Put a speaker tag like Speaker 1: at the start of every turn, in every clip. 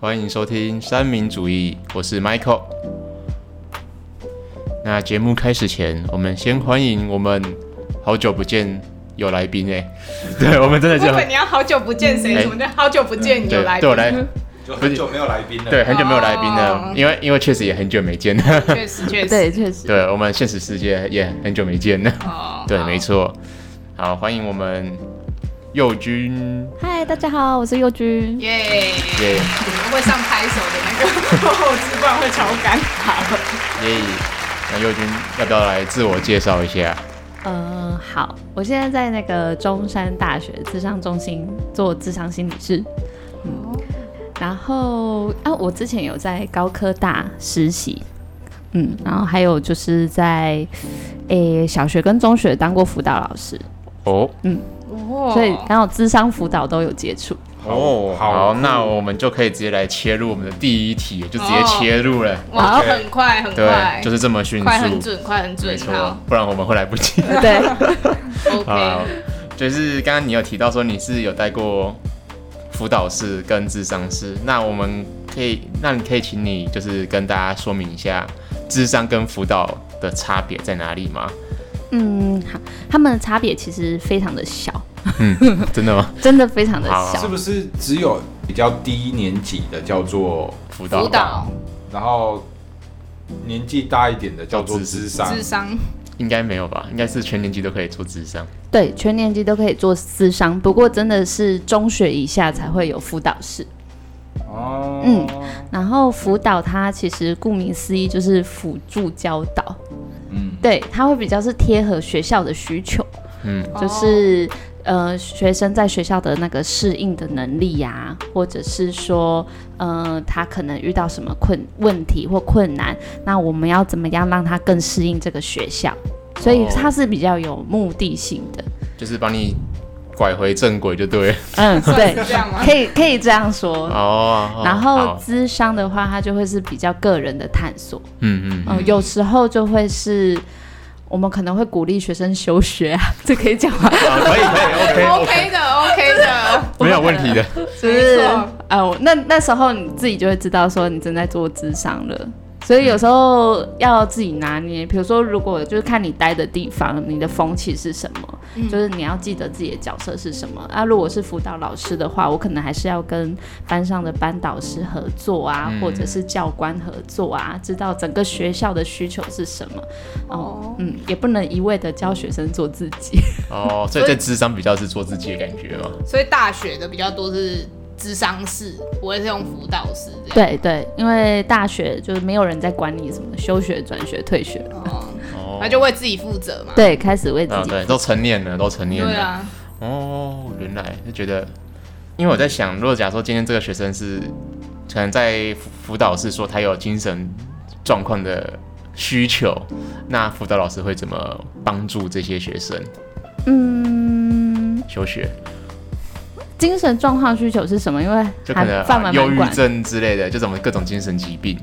Speaker 1: 欢迎收听三民主义，我是 Michael。那节目开始前，我们先欢迎我们好久不见有来宾 哎、对我们真的
Speaker 2: 我
Speaker 1: 就
Speaker 2: 以为你要好久不见谁，
Speaker 1: 哎
Speaker 2: 什么叫好久不见有
Speaker 1: 对
Speaker 2: 来宾？
Speaker 1: 对我来
Speaker 3: 就很久没有来宾了。
Speaker 1: 对很久没有来宾了
Speaker 2: 哦，
Speaker 1: 因为因为确实也很久没见了，
Speaker 2: 确实确实
Speaker 4: 对，确实。
Speaker 1: 对我们现实世界也很久没见 了，
Speaker 2: 哦，
Speaker 1: 对，
Speaker 2: 好
Speaker 1: 没。错。好，欢迎我们佑君
Speaker 4: 嗨，大家好，我是佑君。
Speaker 2: 耶！
Speaker 1: 耶
Speaker 2: 会上拍手的那个 后置，不然会超尴尬。
Speaker 1: 耶，那佑君要不要来自我介绍一下？
Speaker 4: 嗯、好，我现在在那个中山大学智商中心做智商心理师。嗯，然后啊，我之前有在高科大实习，嗯，然后还有就是在诶、小学跟中学当过辅导老师，
Speaker 1: 哦
Speaker 2: 哦
Speaker 4: 所以刚好智商辅导都有接 触。
Speaker 1: 哦，
Speaker 3: 好
Speaker 1: 好，
Speaker 3: 酷哦
Speaker 1: 那我们就可以直接来切入我们的第一题，就直接切入了。
Speaker 2: 哇，
Speaker 3: OK
Speaker 2: 很快很快
Speaker 1: 对，，就是这么迅
Speaker 2: 快
Speaker 1: 速，
Speaker 2: 很准，快很
Speaker 1: 没
Speaker 2: 准。
Speaker 1: 错
Speaker 2: 好，
Speaker 1: 不然我们会来不及。
Speaker 4: 对，
Speaker 1: 好
Speaker 2: OK，，
Speaker 1: 就是刚刚你有提到说你是有带过辅导室跟智商室，那我们可以，那你可以请你就是跟大家说明一下智商跟辅导的差别在哪里 吗？
Speaker 4: 嗯，好，他们的差别其实非常的小，
Speaker 1: 真的吗？
Speaker 4: 真的非常的
Speaker 1: 好
Speaker 4: 小
Speaker 3: 是。不是只有比较低年级的叫做
Speaker 1: 辅导
Speaker 2: 辅导、
Speaker 3: 然后年纪大一点的叫做智商？
Speaker 2: 智商，
Speaker 1: 应该没有吧？应该是全年级都可以做智商。
Speaker 4: 对，全年级都可以做私商，不过真的是中学以下才会有辅导室。
Speaker 3: 哦，
Speaker 4: 嗯然后辅导它其实顾名思义就是辅助教导，
Speaker 3: 嗯，
Speaker 4: 对，它会比较是贴合学校的需求，
Speaker 1: 嗯，
Speaker 4: 就是、呃学生在学校的那个适应的能力呀、或者是说呃他可能遇到什么困问题或困难，那我们要怎么样让他更适应这个学校？所以
Speaker 1: 哦
Speaker 4: 它是比较有目的性的，
Speaker 1: 就是帮你拐回正轨就对了。
Speaker 4: 嗯，对
Speaker 2: 算，是这样吗？
Speaker 4: 可以可以这样说，
Speaker 1: 哦，好
Speaker 4: 然后
Speaker 1: 好
Speaker 4: 咨商的话，它就会是比较个人的探索，
Speaker 1: 嗯嗯，
Speaker 4: 嗯、有时候就会是。我们可能会鼓励学生休学啊， 这可以讲吗？
Speaker 1: 好啊可以可以 OK
Speaker 2: OK 的，OK 的，
Speaker 1: 没有问题的。
Speaker 4: 就是
Speaker 2: 没错
Speaker 4: 呃，那那时候你自己就会知道说你正在做智商了，所以有时候要自己拿捏。比如说，如果就是看你待的地方，你的风气是什么，就是你要记得自己的角色是什么。啊，如果是辅导老师的话，我可能还是要跟班上的班导师合作啊，
Speaker 1: 嗯
Speaker 4: 或者是教官合作啊，知道整个学校的需求是什么。哦，嗯，也不能一味的教学生做自己。
Speaker 1: 哦，所以在智商比较是做自己的感觉嘛。
Speaker 2: 所以大学的比较多是智商室，不会是用辅导室这样。
Speaker 4: 对对，因为大学就是没有人在管你什么休学、转学、退学。
Speaker 2: 哦，
Speaker 1: 哦
Speaker 2: 那，就为自己负责嘛。
Speaker 4: 对，开始为自
Speaker 1: 啊
Speaker 4: 己。
Speaker 1: 对，都成年了，都成年
Speaker 2: 对
Speaker 1: 了。
Speaker 2: 啊，
Speaker 1: 哦，原来就觉得，因为我在想，如果假说今天这个学生是可能在辅辅导室说他有精神状况的需求，那辅导老师会怎么帮助这些学生
Speaker 4: 嗯，
Speaker 1: 休学？
Speaker 4: 精神状况需求是什么？因为
Speaker 1: 就可
Speaker 4: 还
Speaker 1: 能
Speaker 4: 范
Speaker 1: 啊
Speaker 4: 围
Speaker 1: 忧
Speaker 4: 蛮
Speaker 1: 郁
Speaker 4: 广。
Speaker 1: 症之类的，就怎么各种精神疾病。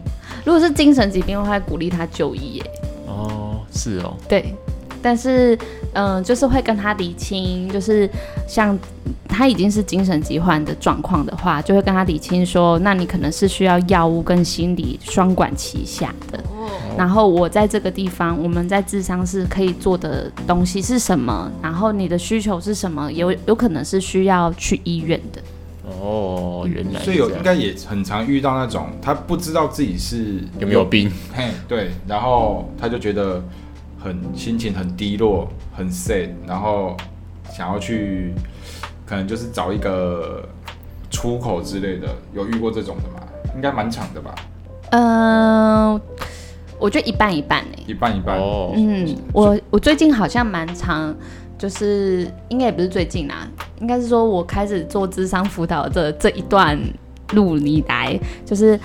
Speaker 4: 如果是精神疾病的话，会鼓励他就医耶。
Speaker 1: 哦，是哦，
Speaker 4: 对，但是嗯、就是会跟他理清，就是像他已经是精神疾患的状况的话，就会跟他理清说，那你可能是需要药物跟心理双管齐下的。
Speaker 2: 哦，
Speaker 4: 然后我在这个地方，我们在智商是可以做的东西是什么？然后你的需求是什么？有有可能是需要去医院的。
Speaker 1: 哦，原来是
Speaker 3: 所以有
Speaker 1: 这
Speaker 3: 应
Speaker 1: 样
Speaker 3: 该也很常遇到那种他不知道自己是
Speaker 1: 有没有病？
Speaker 3: 嘿对，然后他就觉得很心情很低落，很 sad，然后想要去可能就是找一个出口之类的，有遇过这种的吗？应该蛮长的吧，
Speaker 4: 嗯、我觉得一半一半诶、
Speaker 3: 一半一半。
Speaker 1: 哦，
Speaker 4: 嗯，我我最近好像蛮常，就是应该也不是最近啦，应该是说我开始做智商辅导的这一段路以来，就是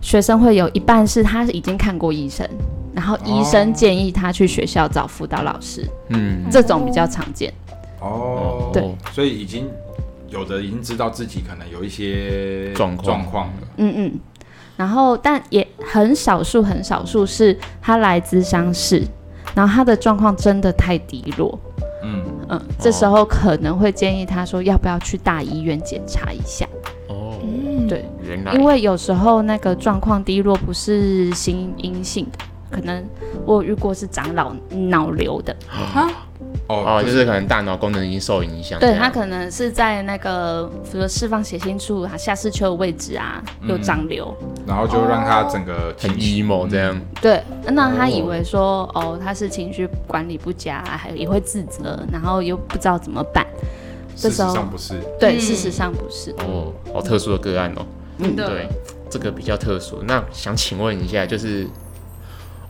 Speaker 4: 学生会有一半是他已经看过医生，然后医生
Speaker 3: 哦
Speaker 4: 建议他去学校找辅导老师，
Speaker 1: 嗯，
Speaker 4: 这种比较常见。
Speaker 3: 哦，
Speaker 4: 对，
Speaker 3: 所以已经有的已经知道自己可能有一些
Speaker 1: 状况
Speaker 3: 状况了。
Speaker 4: 嗯嗯，然后但也很少数很少数是他来咨商室，然后他的状况真的太低落，
Speaker 3: 嗯，
Speaker 4: 嗯，这时候可能会建议他说要不要去大医院检查一下，
Speaker 1: 哦，
Speaker 4: 对，
Speaker 1: 原来
Speaker 4: 嗯因为有时候那个状况低落不是心因性的，可能我有遇过是长老脑瘤的，
Speaker 2: 啊，
Speaker 1: 哦，就是可能大脑功能已经受影响这
Speaker 4: 对
Speaker 1: 样，
Speaker 4: 他可能是在那个比如说释放血清素啊、下视丘的位置啊
Speaker 1: 嗯
Speaker 4: 有长瘤，
Speaker 3: 然后就让他整个
Speaker 1: 很
Speaker 3: 情绪
Speaker 1: emo 这样，
Speaker 4: 对，那他以为说哦他是情绪管理不佳，还也会自责，然后又不知道怎么办。这
Speaker 3: 事实
Speaker 4: 时候
Speaker 3: 上嗯不是，
Speaker 4: 对，
Speaker 2: 嗯
Speaker 4: 事实上不是。
Speaker 1: 哦，好特殊的个案哦。
Speaker 2: 真的，
Speaker 1: 对，这个比较特殊。那想请问一下，就是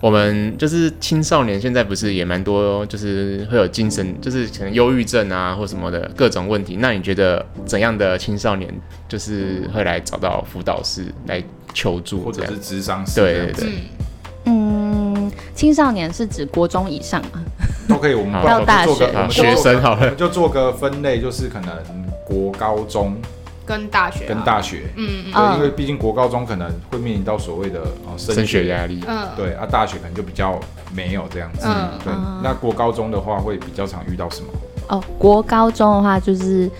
Speaker 1: 我们就是青少年现在不是也蛮多，就是会有精神，就是可能忧郁症啊或什么的各种问题。那你觉得怎样的青少年就是会来找到辅导室来求助
Speaker 3: 或
Speaker 1: 这
Speaker 3: 者
Speaker 1: 样
Speaker 3: 是？智商师
Speaker 1: 对
Speaker 3: 这样
Speaker 1: 对
Speaker 3: 子
Speaker 1: 对，
Speaker 2: 嗯，
Speaker 4: 嗯，青少年是指国中以上嘛？
Speaker 3: 都可以。我们
Speaker 1: 好
Speaker 3: 把
Speaker 1: 到
Speaker 4: 大
Speaker 3: 做个
Speaker 4: 学
Speaker 3: 我
Speaker 1: 啊
Speaker 3: 们就
Speaker 1: 学
Speaker 3: 做个
Speaker 1: 生好
Speaker 3: 我
Speaker 1: 了
Speaker 3: 们就做个分类，就是可能国高中
Speaker 2: 跟大学啊，
Speaker 3: 跟大学，
Speaker 2: 嗯，
Speaker 4: 嗯
Speaker 3: 对，因为毕竟国高中可能会面临到所谓的哦
Speaker 1: 升学压力
Speaker 2: 嗯，嗯，
Speaker 3: 对啊，大学可能就比较没有这样子。
Speaker 2: 嗯
Speaker 3: 对，那国高中的话会比较常遇到什么？
Speaker 4: 哦，国高中的话就是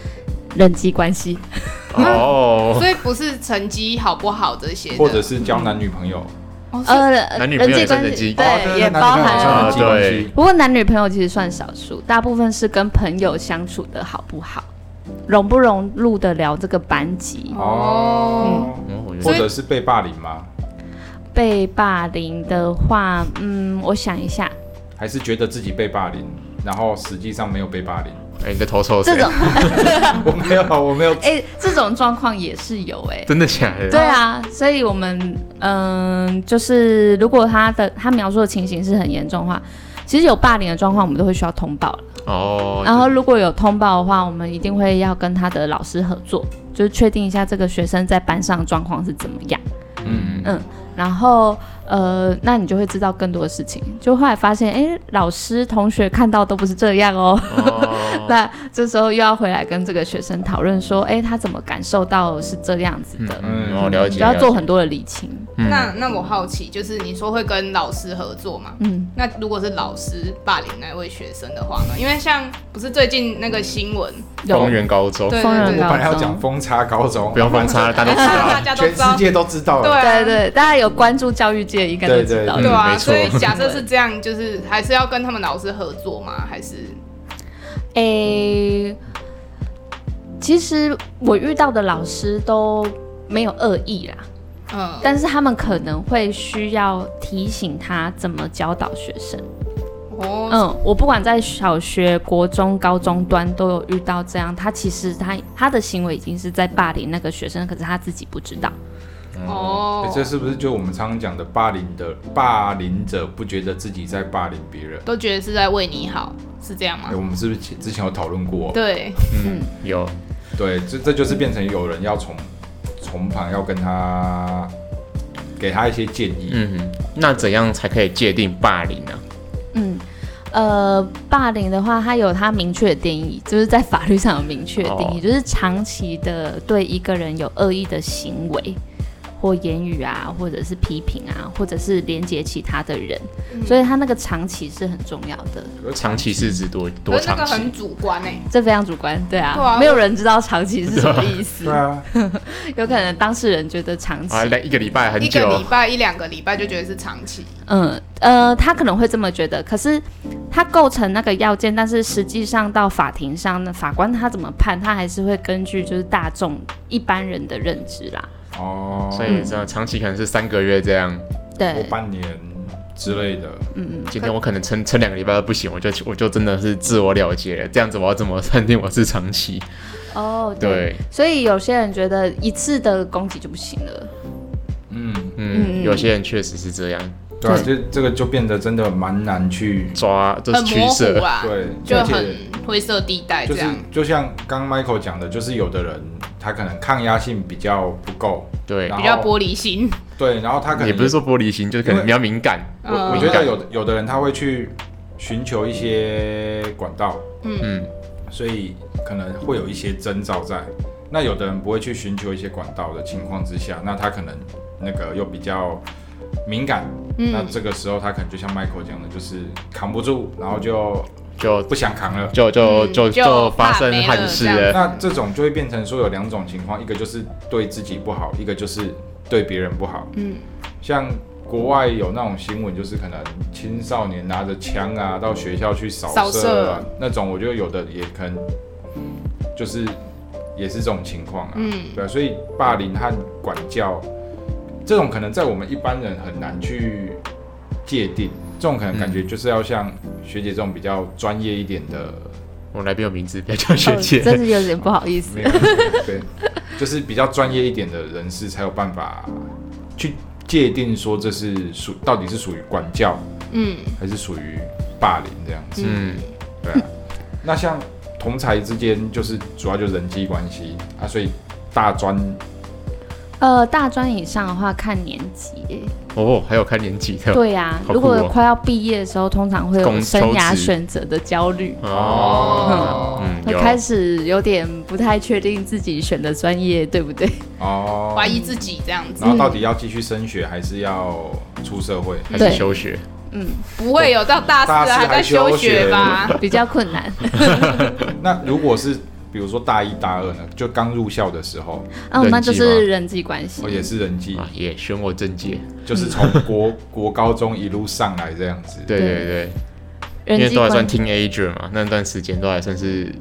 Speaker 4: 人际关系，嗯
Speaker 1: 哦，
Speaker 2: 所以不是成绩好不好这些的，
Speaker 3: 或者是交男女朋友？
Speaker 2: 哦是
Speaker 4: 呃，
Speaker 1: 男女朋友也
Speaker 4: 人际
Speaker 1: 算
Speaker 4: 关
Speaker 1: 人际
Speaker 4: 系，
Speaker 1: 关
Speaker 3: 哦
Speaker 4: 对，也
Speaker 3: 男
Speaker 4: 包
Speaker 3: 女朋友好像
Speaker 4: 含
Speaker 1: 啊
Speaker 3: 人
Speaker 4: 了。
Speaker 3: 际关
Speaker 1: 对
Speaker 3: 系。
Speaker 4: 不过男女朋友其实算少数，大部分是跟朋友相处的好不好，融不融入得了这个班级，
Speaker 3: 哦，
Speaker 1: 哦我觉
Speaker 3: 或
Speaker 1: 得
Speaker 3: 者是被霸凌吗？
Speaker 4: 被霸凌的话，嗯，我想一下，
Speaker 3: 还是觉得自己被霸凌，然后实际上没有被霸凌？
Speaker 1: 哎，你在偷抽谁
Speaker 4: 这？种
Speaker 3: 我没有，我没有。
Speaker 4: 哎、这种状况也是有哎、
Speaker 1: 真的假的？
Speaker 4: 对啊，所以我们嗯，就是如果他的他描述的情形是很严重的话，其实有霸凌的状况，我们都会需要通报了。
Speaker 1: 哦，
Speaker 4: 然后如果有通报的话，我们一定会要跟他的老师合作，就是确定一下这个学生在班上的状况是怎么样。
Speaker 3: 嗯，
Speaker 4: 嗯，然后呃，那你就会知道更多的事情。就后来发现，哎，老师、同学看到都不是这样哦。
Speaker 1: 哦
Speaker 4: 那这时候又要回来跟这个学生讨论说，哎，他怎么感受到是这样子的？
Speaker 1: 嗯，哦，了解，
Speaker 4: 就要
Speaker 1: 了
Speaker 4: 做
Speaker 1: 解
Speaker 4: 很多的理清。
Speaker 1: 嗯
Speaker 2: 那那我好奇，就是你说会跟老师合作嘛？
Speaker 4: 嗯，
Speaker 2: 那如果是老师霸凌那位学生的话呢？因为像不是最近那个新闻，
Speaker 4: 有
Speaker 1: 丰。原高中，
Speaker 2: 对
Speaker 4: 疯
Speaker 2: 对
Speaker 4: 人
Speaker 2: 对
Speaker 3: 我
Speaker 4: 高，
Speaker 3: 本来要讲风差高中，
Speaker 1: 不用翻叉了，大家都 知道。
Speaker 2: 大家都
Speaker 3: 嗯全
Speaker 2: 知道
Speaker 3: 世，界都知道
Speaker 2: 对
Speaker 3: 了。
Speaker 4: 对
Speaker 2: 啊
Speaker 4: 对，大家有关注教育界应该都知道
Speaker 1: 对
Speaker 2: 对。
Speaker 1: 嗯
Speaker 2: 啊，
Speaker 1: 没错
Speaker 2: 所以假设是这样，就是还是要跟他们老师合作吗？还是
Speaker 4: 诶、其实我遇到的老师都没有恶意啦，
Speaker 2: 嗯
Speaker 4: 但是他们可能会需要提醒他怎么教导学生。
Speaker 2: 哦
Speaker 4: 嗯，我不管在小学、国中、高中端都有遇到这样，他其实他他的行为已经是在霸凌那个学生，可是他自己不知道。
Speaker 3: 欸
Speaker 2: 哦，
Speaker 3: 这是不是就我们常常讲的霸凌的霸凌者不觉得自己在霸凌别人？
Speaker 2: 都觉得是在为你好，是这样吗
Speaker 3: 欸、？我们是不是之前有讨论过？
Speaker 2: 对，
Speaker 1: 嗯，有，
Speaker 3: 对，这这就是变成有人要从从旁要跟他给他一些建议。
Speaker 1: 嗯，那怎样才可以界定霸凌啊呢、
Speaker 4: 嗯，呃，霸凌的话，它有它明确的定义，就是在法律上有明确的定义，
Speaker 1: 哦
Speaker 4: 就是长期的对一个人有恶意的行为。或言语啊，或者是批评啊，或者是连接其他的人，所以他那个长期是很重要的，
Speaker 3: 而
Speaker 1: 长期是指多多
Speaker 2: 可是
Speaker 1: 长
Speaker 2: 那个
Speaker 1: 期啊
Speaker 2: 很？主观哎，
Speaker 4: 这非常主观，对啊，
Speaker 2: 对啊
Speaker 4: 没有人知道长期是什么意 思
Speaker 3: 对，啊，
Speaker 4: 有可能当事人觉得长期，
Speaker 1: 啊，来一个礼拜很
Speaker 2: 一
Speaker 1: 久
Speaker 2: 个礼拜一两个礼拜就觉得是长期，
Speaker 4: 嗯呃，他可能会这么觉得，可是他构成那个要件，但是实际上到法庭上，那法官他怎么判，他还是会根据就是大众一般人的认知啦。
Speaker 3: 哦，
Speaker 1: 所以这样长期可能是三个月这样。
Speaker 3: 过
Speaker 4: 对，
Speaker 3: 半年之类的，
Speaker 1: 今天我可能撑撑两个礼拜都不行，我就我就真的是自我了结了。这样子我要怎么判定我是长期？
Speaker 4: 哦，
Speaker 1: 对，
Speaker 4: 所以有些人觉得一次的攻击就不行了。
Speaker 3: 嗯，
Speaker 1: 嗯，
Speaker 4: 嗯
Speaker 1: 有些人确实是这样
Speaker 3: 对啊，
Speaker 4: 对
Speaker 3: 这这个就变得真的蛮难去
Speaker 1: 抓，就
Speaker 2: 很
Speaker 1: 是取
Speaker 2: 模糊啊
Speaker 1: 舍。
Speaker 2: 啦，
Speaker 3: 对，
Speaker 2: 就
Speaker 3: 而
Speaker 2: 很
Speaker 3: 且
Speaker 2: 灰色地带
Speaker 3: 就
Speaker 2: 这
Speaker 3: 是
Speaker 2: 样。
Speaker 3: 就像刚刚 Michael 讲的，就是有的人他可能抗压性比较不够，
Speaker 1: 对
Speaker 3: 然，后
Speaker 2: 比较玻璃心，
Speaker 3: 对，然后他可能
Speaker 1: 也不是说玻璃心，就是可能比较敏感。
Speaker 3: 我我
Speaker 2: 嗯
Speaker 3: 觉得有的有的人他会去寻求一些管道，
Speaker 1: 嗯，
Speaker 3: 所以可能会有一些征兆在。那有的人不会去寻求一些管道的情况之下，那他可能那个又比较敏感，那
Speaker 2: 嗯，
Speaker 3: 这个时候他可能就像 Michael 讲的，就是扛不住，然后就
Speaker 1: 就
Speaker 3: 不想扛了。
Speaker 1: 就就
Speaker 2: 嗯
Speaker 1: 就
Speaker 2: 就
Speaker 1: 发
Speaker 2: 怕
Speaker 1: 生
Speaker 2: 没
Speaker 1: 憾
Speaker 2: 了
Speaker 1: 事
Speaker 2: 这样
Speaker 1: 了。
Speaker 3: 那这种就会变成说有两种情况，一个就是对自己不好，一个就是对别人不好。
Speaker 2: 嗯，
Speaker 3: 像国外有那种新闻，就是可能青少年拿着枪啊到学校去扫
Speaker 2: 扫
Speaker 3: 射、啊
Speaker 2: 射、
Speaker 3: 那种，我觉得有的也可能就是也是这种情况啊。
Speaker 2: 嗯
Speaker 3: 对啊，所以霸凌和管教这种可能在我们一般人很难去界定，这种可能感觉就是要像学姐这种比较专业一点的，
Speaker 1: 我来宾有名字，不要叫学姐。
Speaker 4: 哦真是有点不好意思
Speaker 3: 没。有 对，就是比较专业一点的人士才有办法去界定说这是属到底是属于管教
Speaker 2: 嗯
Speaker 3: 还是属于霸凌这样子。
Speaker 1: 嗯，
Speaker 3: 对啊，那像同才之间就是主要就是人际关系啊，所以大专
Speaker 4: 呃，大专以上的话看年 级耶。
Speaker 1: 哦，还有看年纪的
Speaker 4: 对呀、
Speaker 1: 好酷哦
Speaker 4: 如果快要毕业的时候，通常会
Speaker 1: 拱
Speaker 4: 有生涯
Speaker 1: 求职
Speaker 4: 选择的焦虑，
Speaker 1: 哦，
Speaker 3: 哦
Speaker 1: 嗯，
Speaker 4: 会
Speaker 1: 有
Speaker 4: 开始有点不太确定自己选的专业 对不对？
Speaker 3: 哦，
Speaker 2: 怀疑自己这样子，
Speaker 3: 然后到底要继续升学还是要出社会？
Speaker 1: 还是
Speaker 4: 对
Speaker 1: 休学。
Speaker 2: 不会有到大
Speaker 3: 大
Speaker 2: 四
Speaker 3: 四
Speaker 2: 还在
Speaker 3: 还休
Speaker 2: 休
Speaker 3: 学
Speaker 2: 学吧？
Speaker 4: 比较困难。
Speaker 2: 嗯
Speaker 3: 那如果是比如说大一大二呢，就刚入校的时候，
Speaker 4: 嗯，那
Speaker 1: 人
Speaker 4: 就
Speaker 1: 际
Speaker 4: 是
Speaker 1: 吗
Speaker 4: 人际关系
Speaker 3: 哦，。也是人际，
Speaker 1: 啊，也选我政界，
Speaker 3: 就是从国国高中一路上来这样子。
Speaker 1: 对
Speaker 4: 对
Speaker 1: 对对，
Speaker 4: 人
Speaker 1: 因为
Speaker 4: 际
Speaker 1: 都还算
Speaker 4: 关系
Speaker 1: teenager 嘛，那段时间都还算是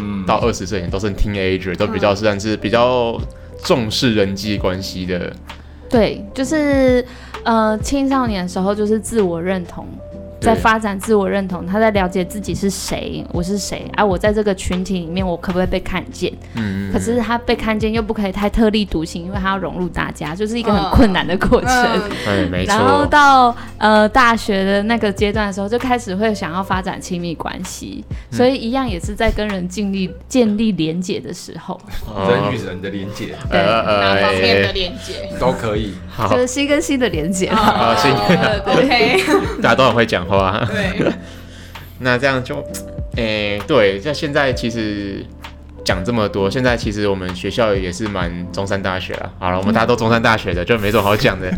Speaker 3: 嗯，
Speaker 1: 到二十岁以前都算 teenager，都比
Speaker 4: 嗯
Speaker 1: 较算是比较重视人际关系的，
Speaker 4: 对，就是呃青少年的时候就是自我认同，在
Speaker 1: 对
Speaker 4: 发展自我认同，他在了解自己是谁，我是谁啊，我在这个群体里面，我可不可以被看见？
Speaker 1: 嗯，
Speaker 4: 可是他被看见又不可以太特立独行，因为他要融入大家，就是一个很
Speaker 2: 嗯
Speaker 4: 困难的过程。
Speaker 2: 嗯，
Speaker 1: 哎，没
Speaker 4: 然后
Speaker 1: 错，
Speaker 4: 到呃大学的那个阶段的时候，就开始会想要发展亲密关系，
Speaker 1: 嗯
Speaker 4: 所以一样也是在跟人建立建立连结的时候，
Speaker 3: 人与
Speaker 1: 哦
Speaker 3: 人的连接
Speaker 4: 对
Speaker 1: 呃
Speaker 2: 哪方面的
Speaker 1: 呃，
Speaker 2: 连接？
Speaker 3: 都可以。
Speaker 1: 好
Speaker 4: 就，是心跟心的连结。
Speaker 1: 啊是
Speaker 2: 哦 OK，
Speaker 1: 大家都很会讲话，
Speaker 2: 对，
Speaker 1: 那这样就，诶、对，像现在其实讲这么多，现在其实我们学校也是蛮中山大学了。啊好了，我们大家都中山大学的，就没什么好讲的，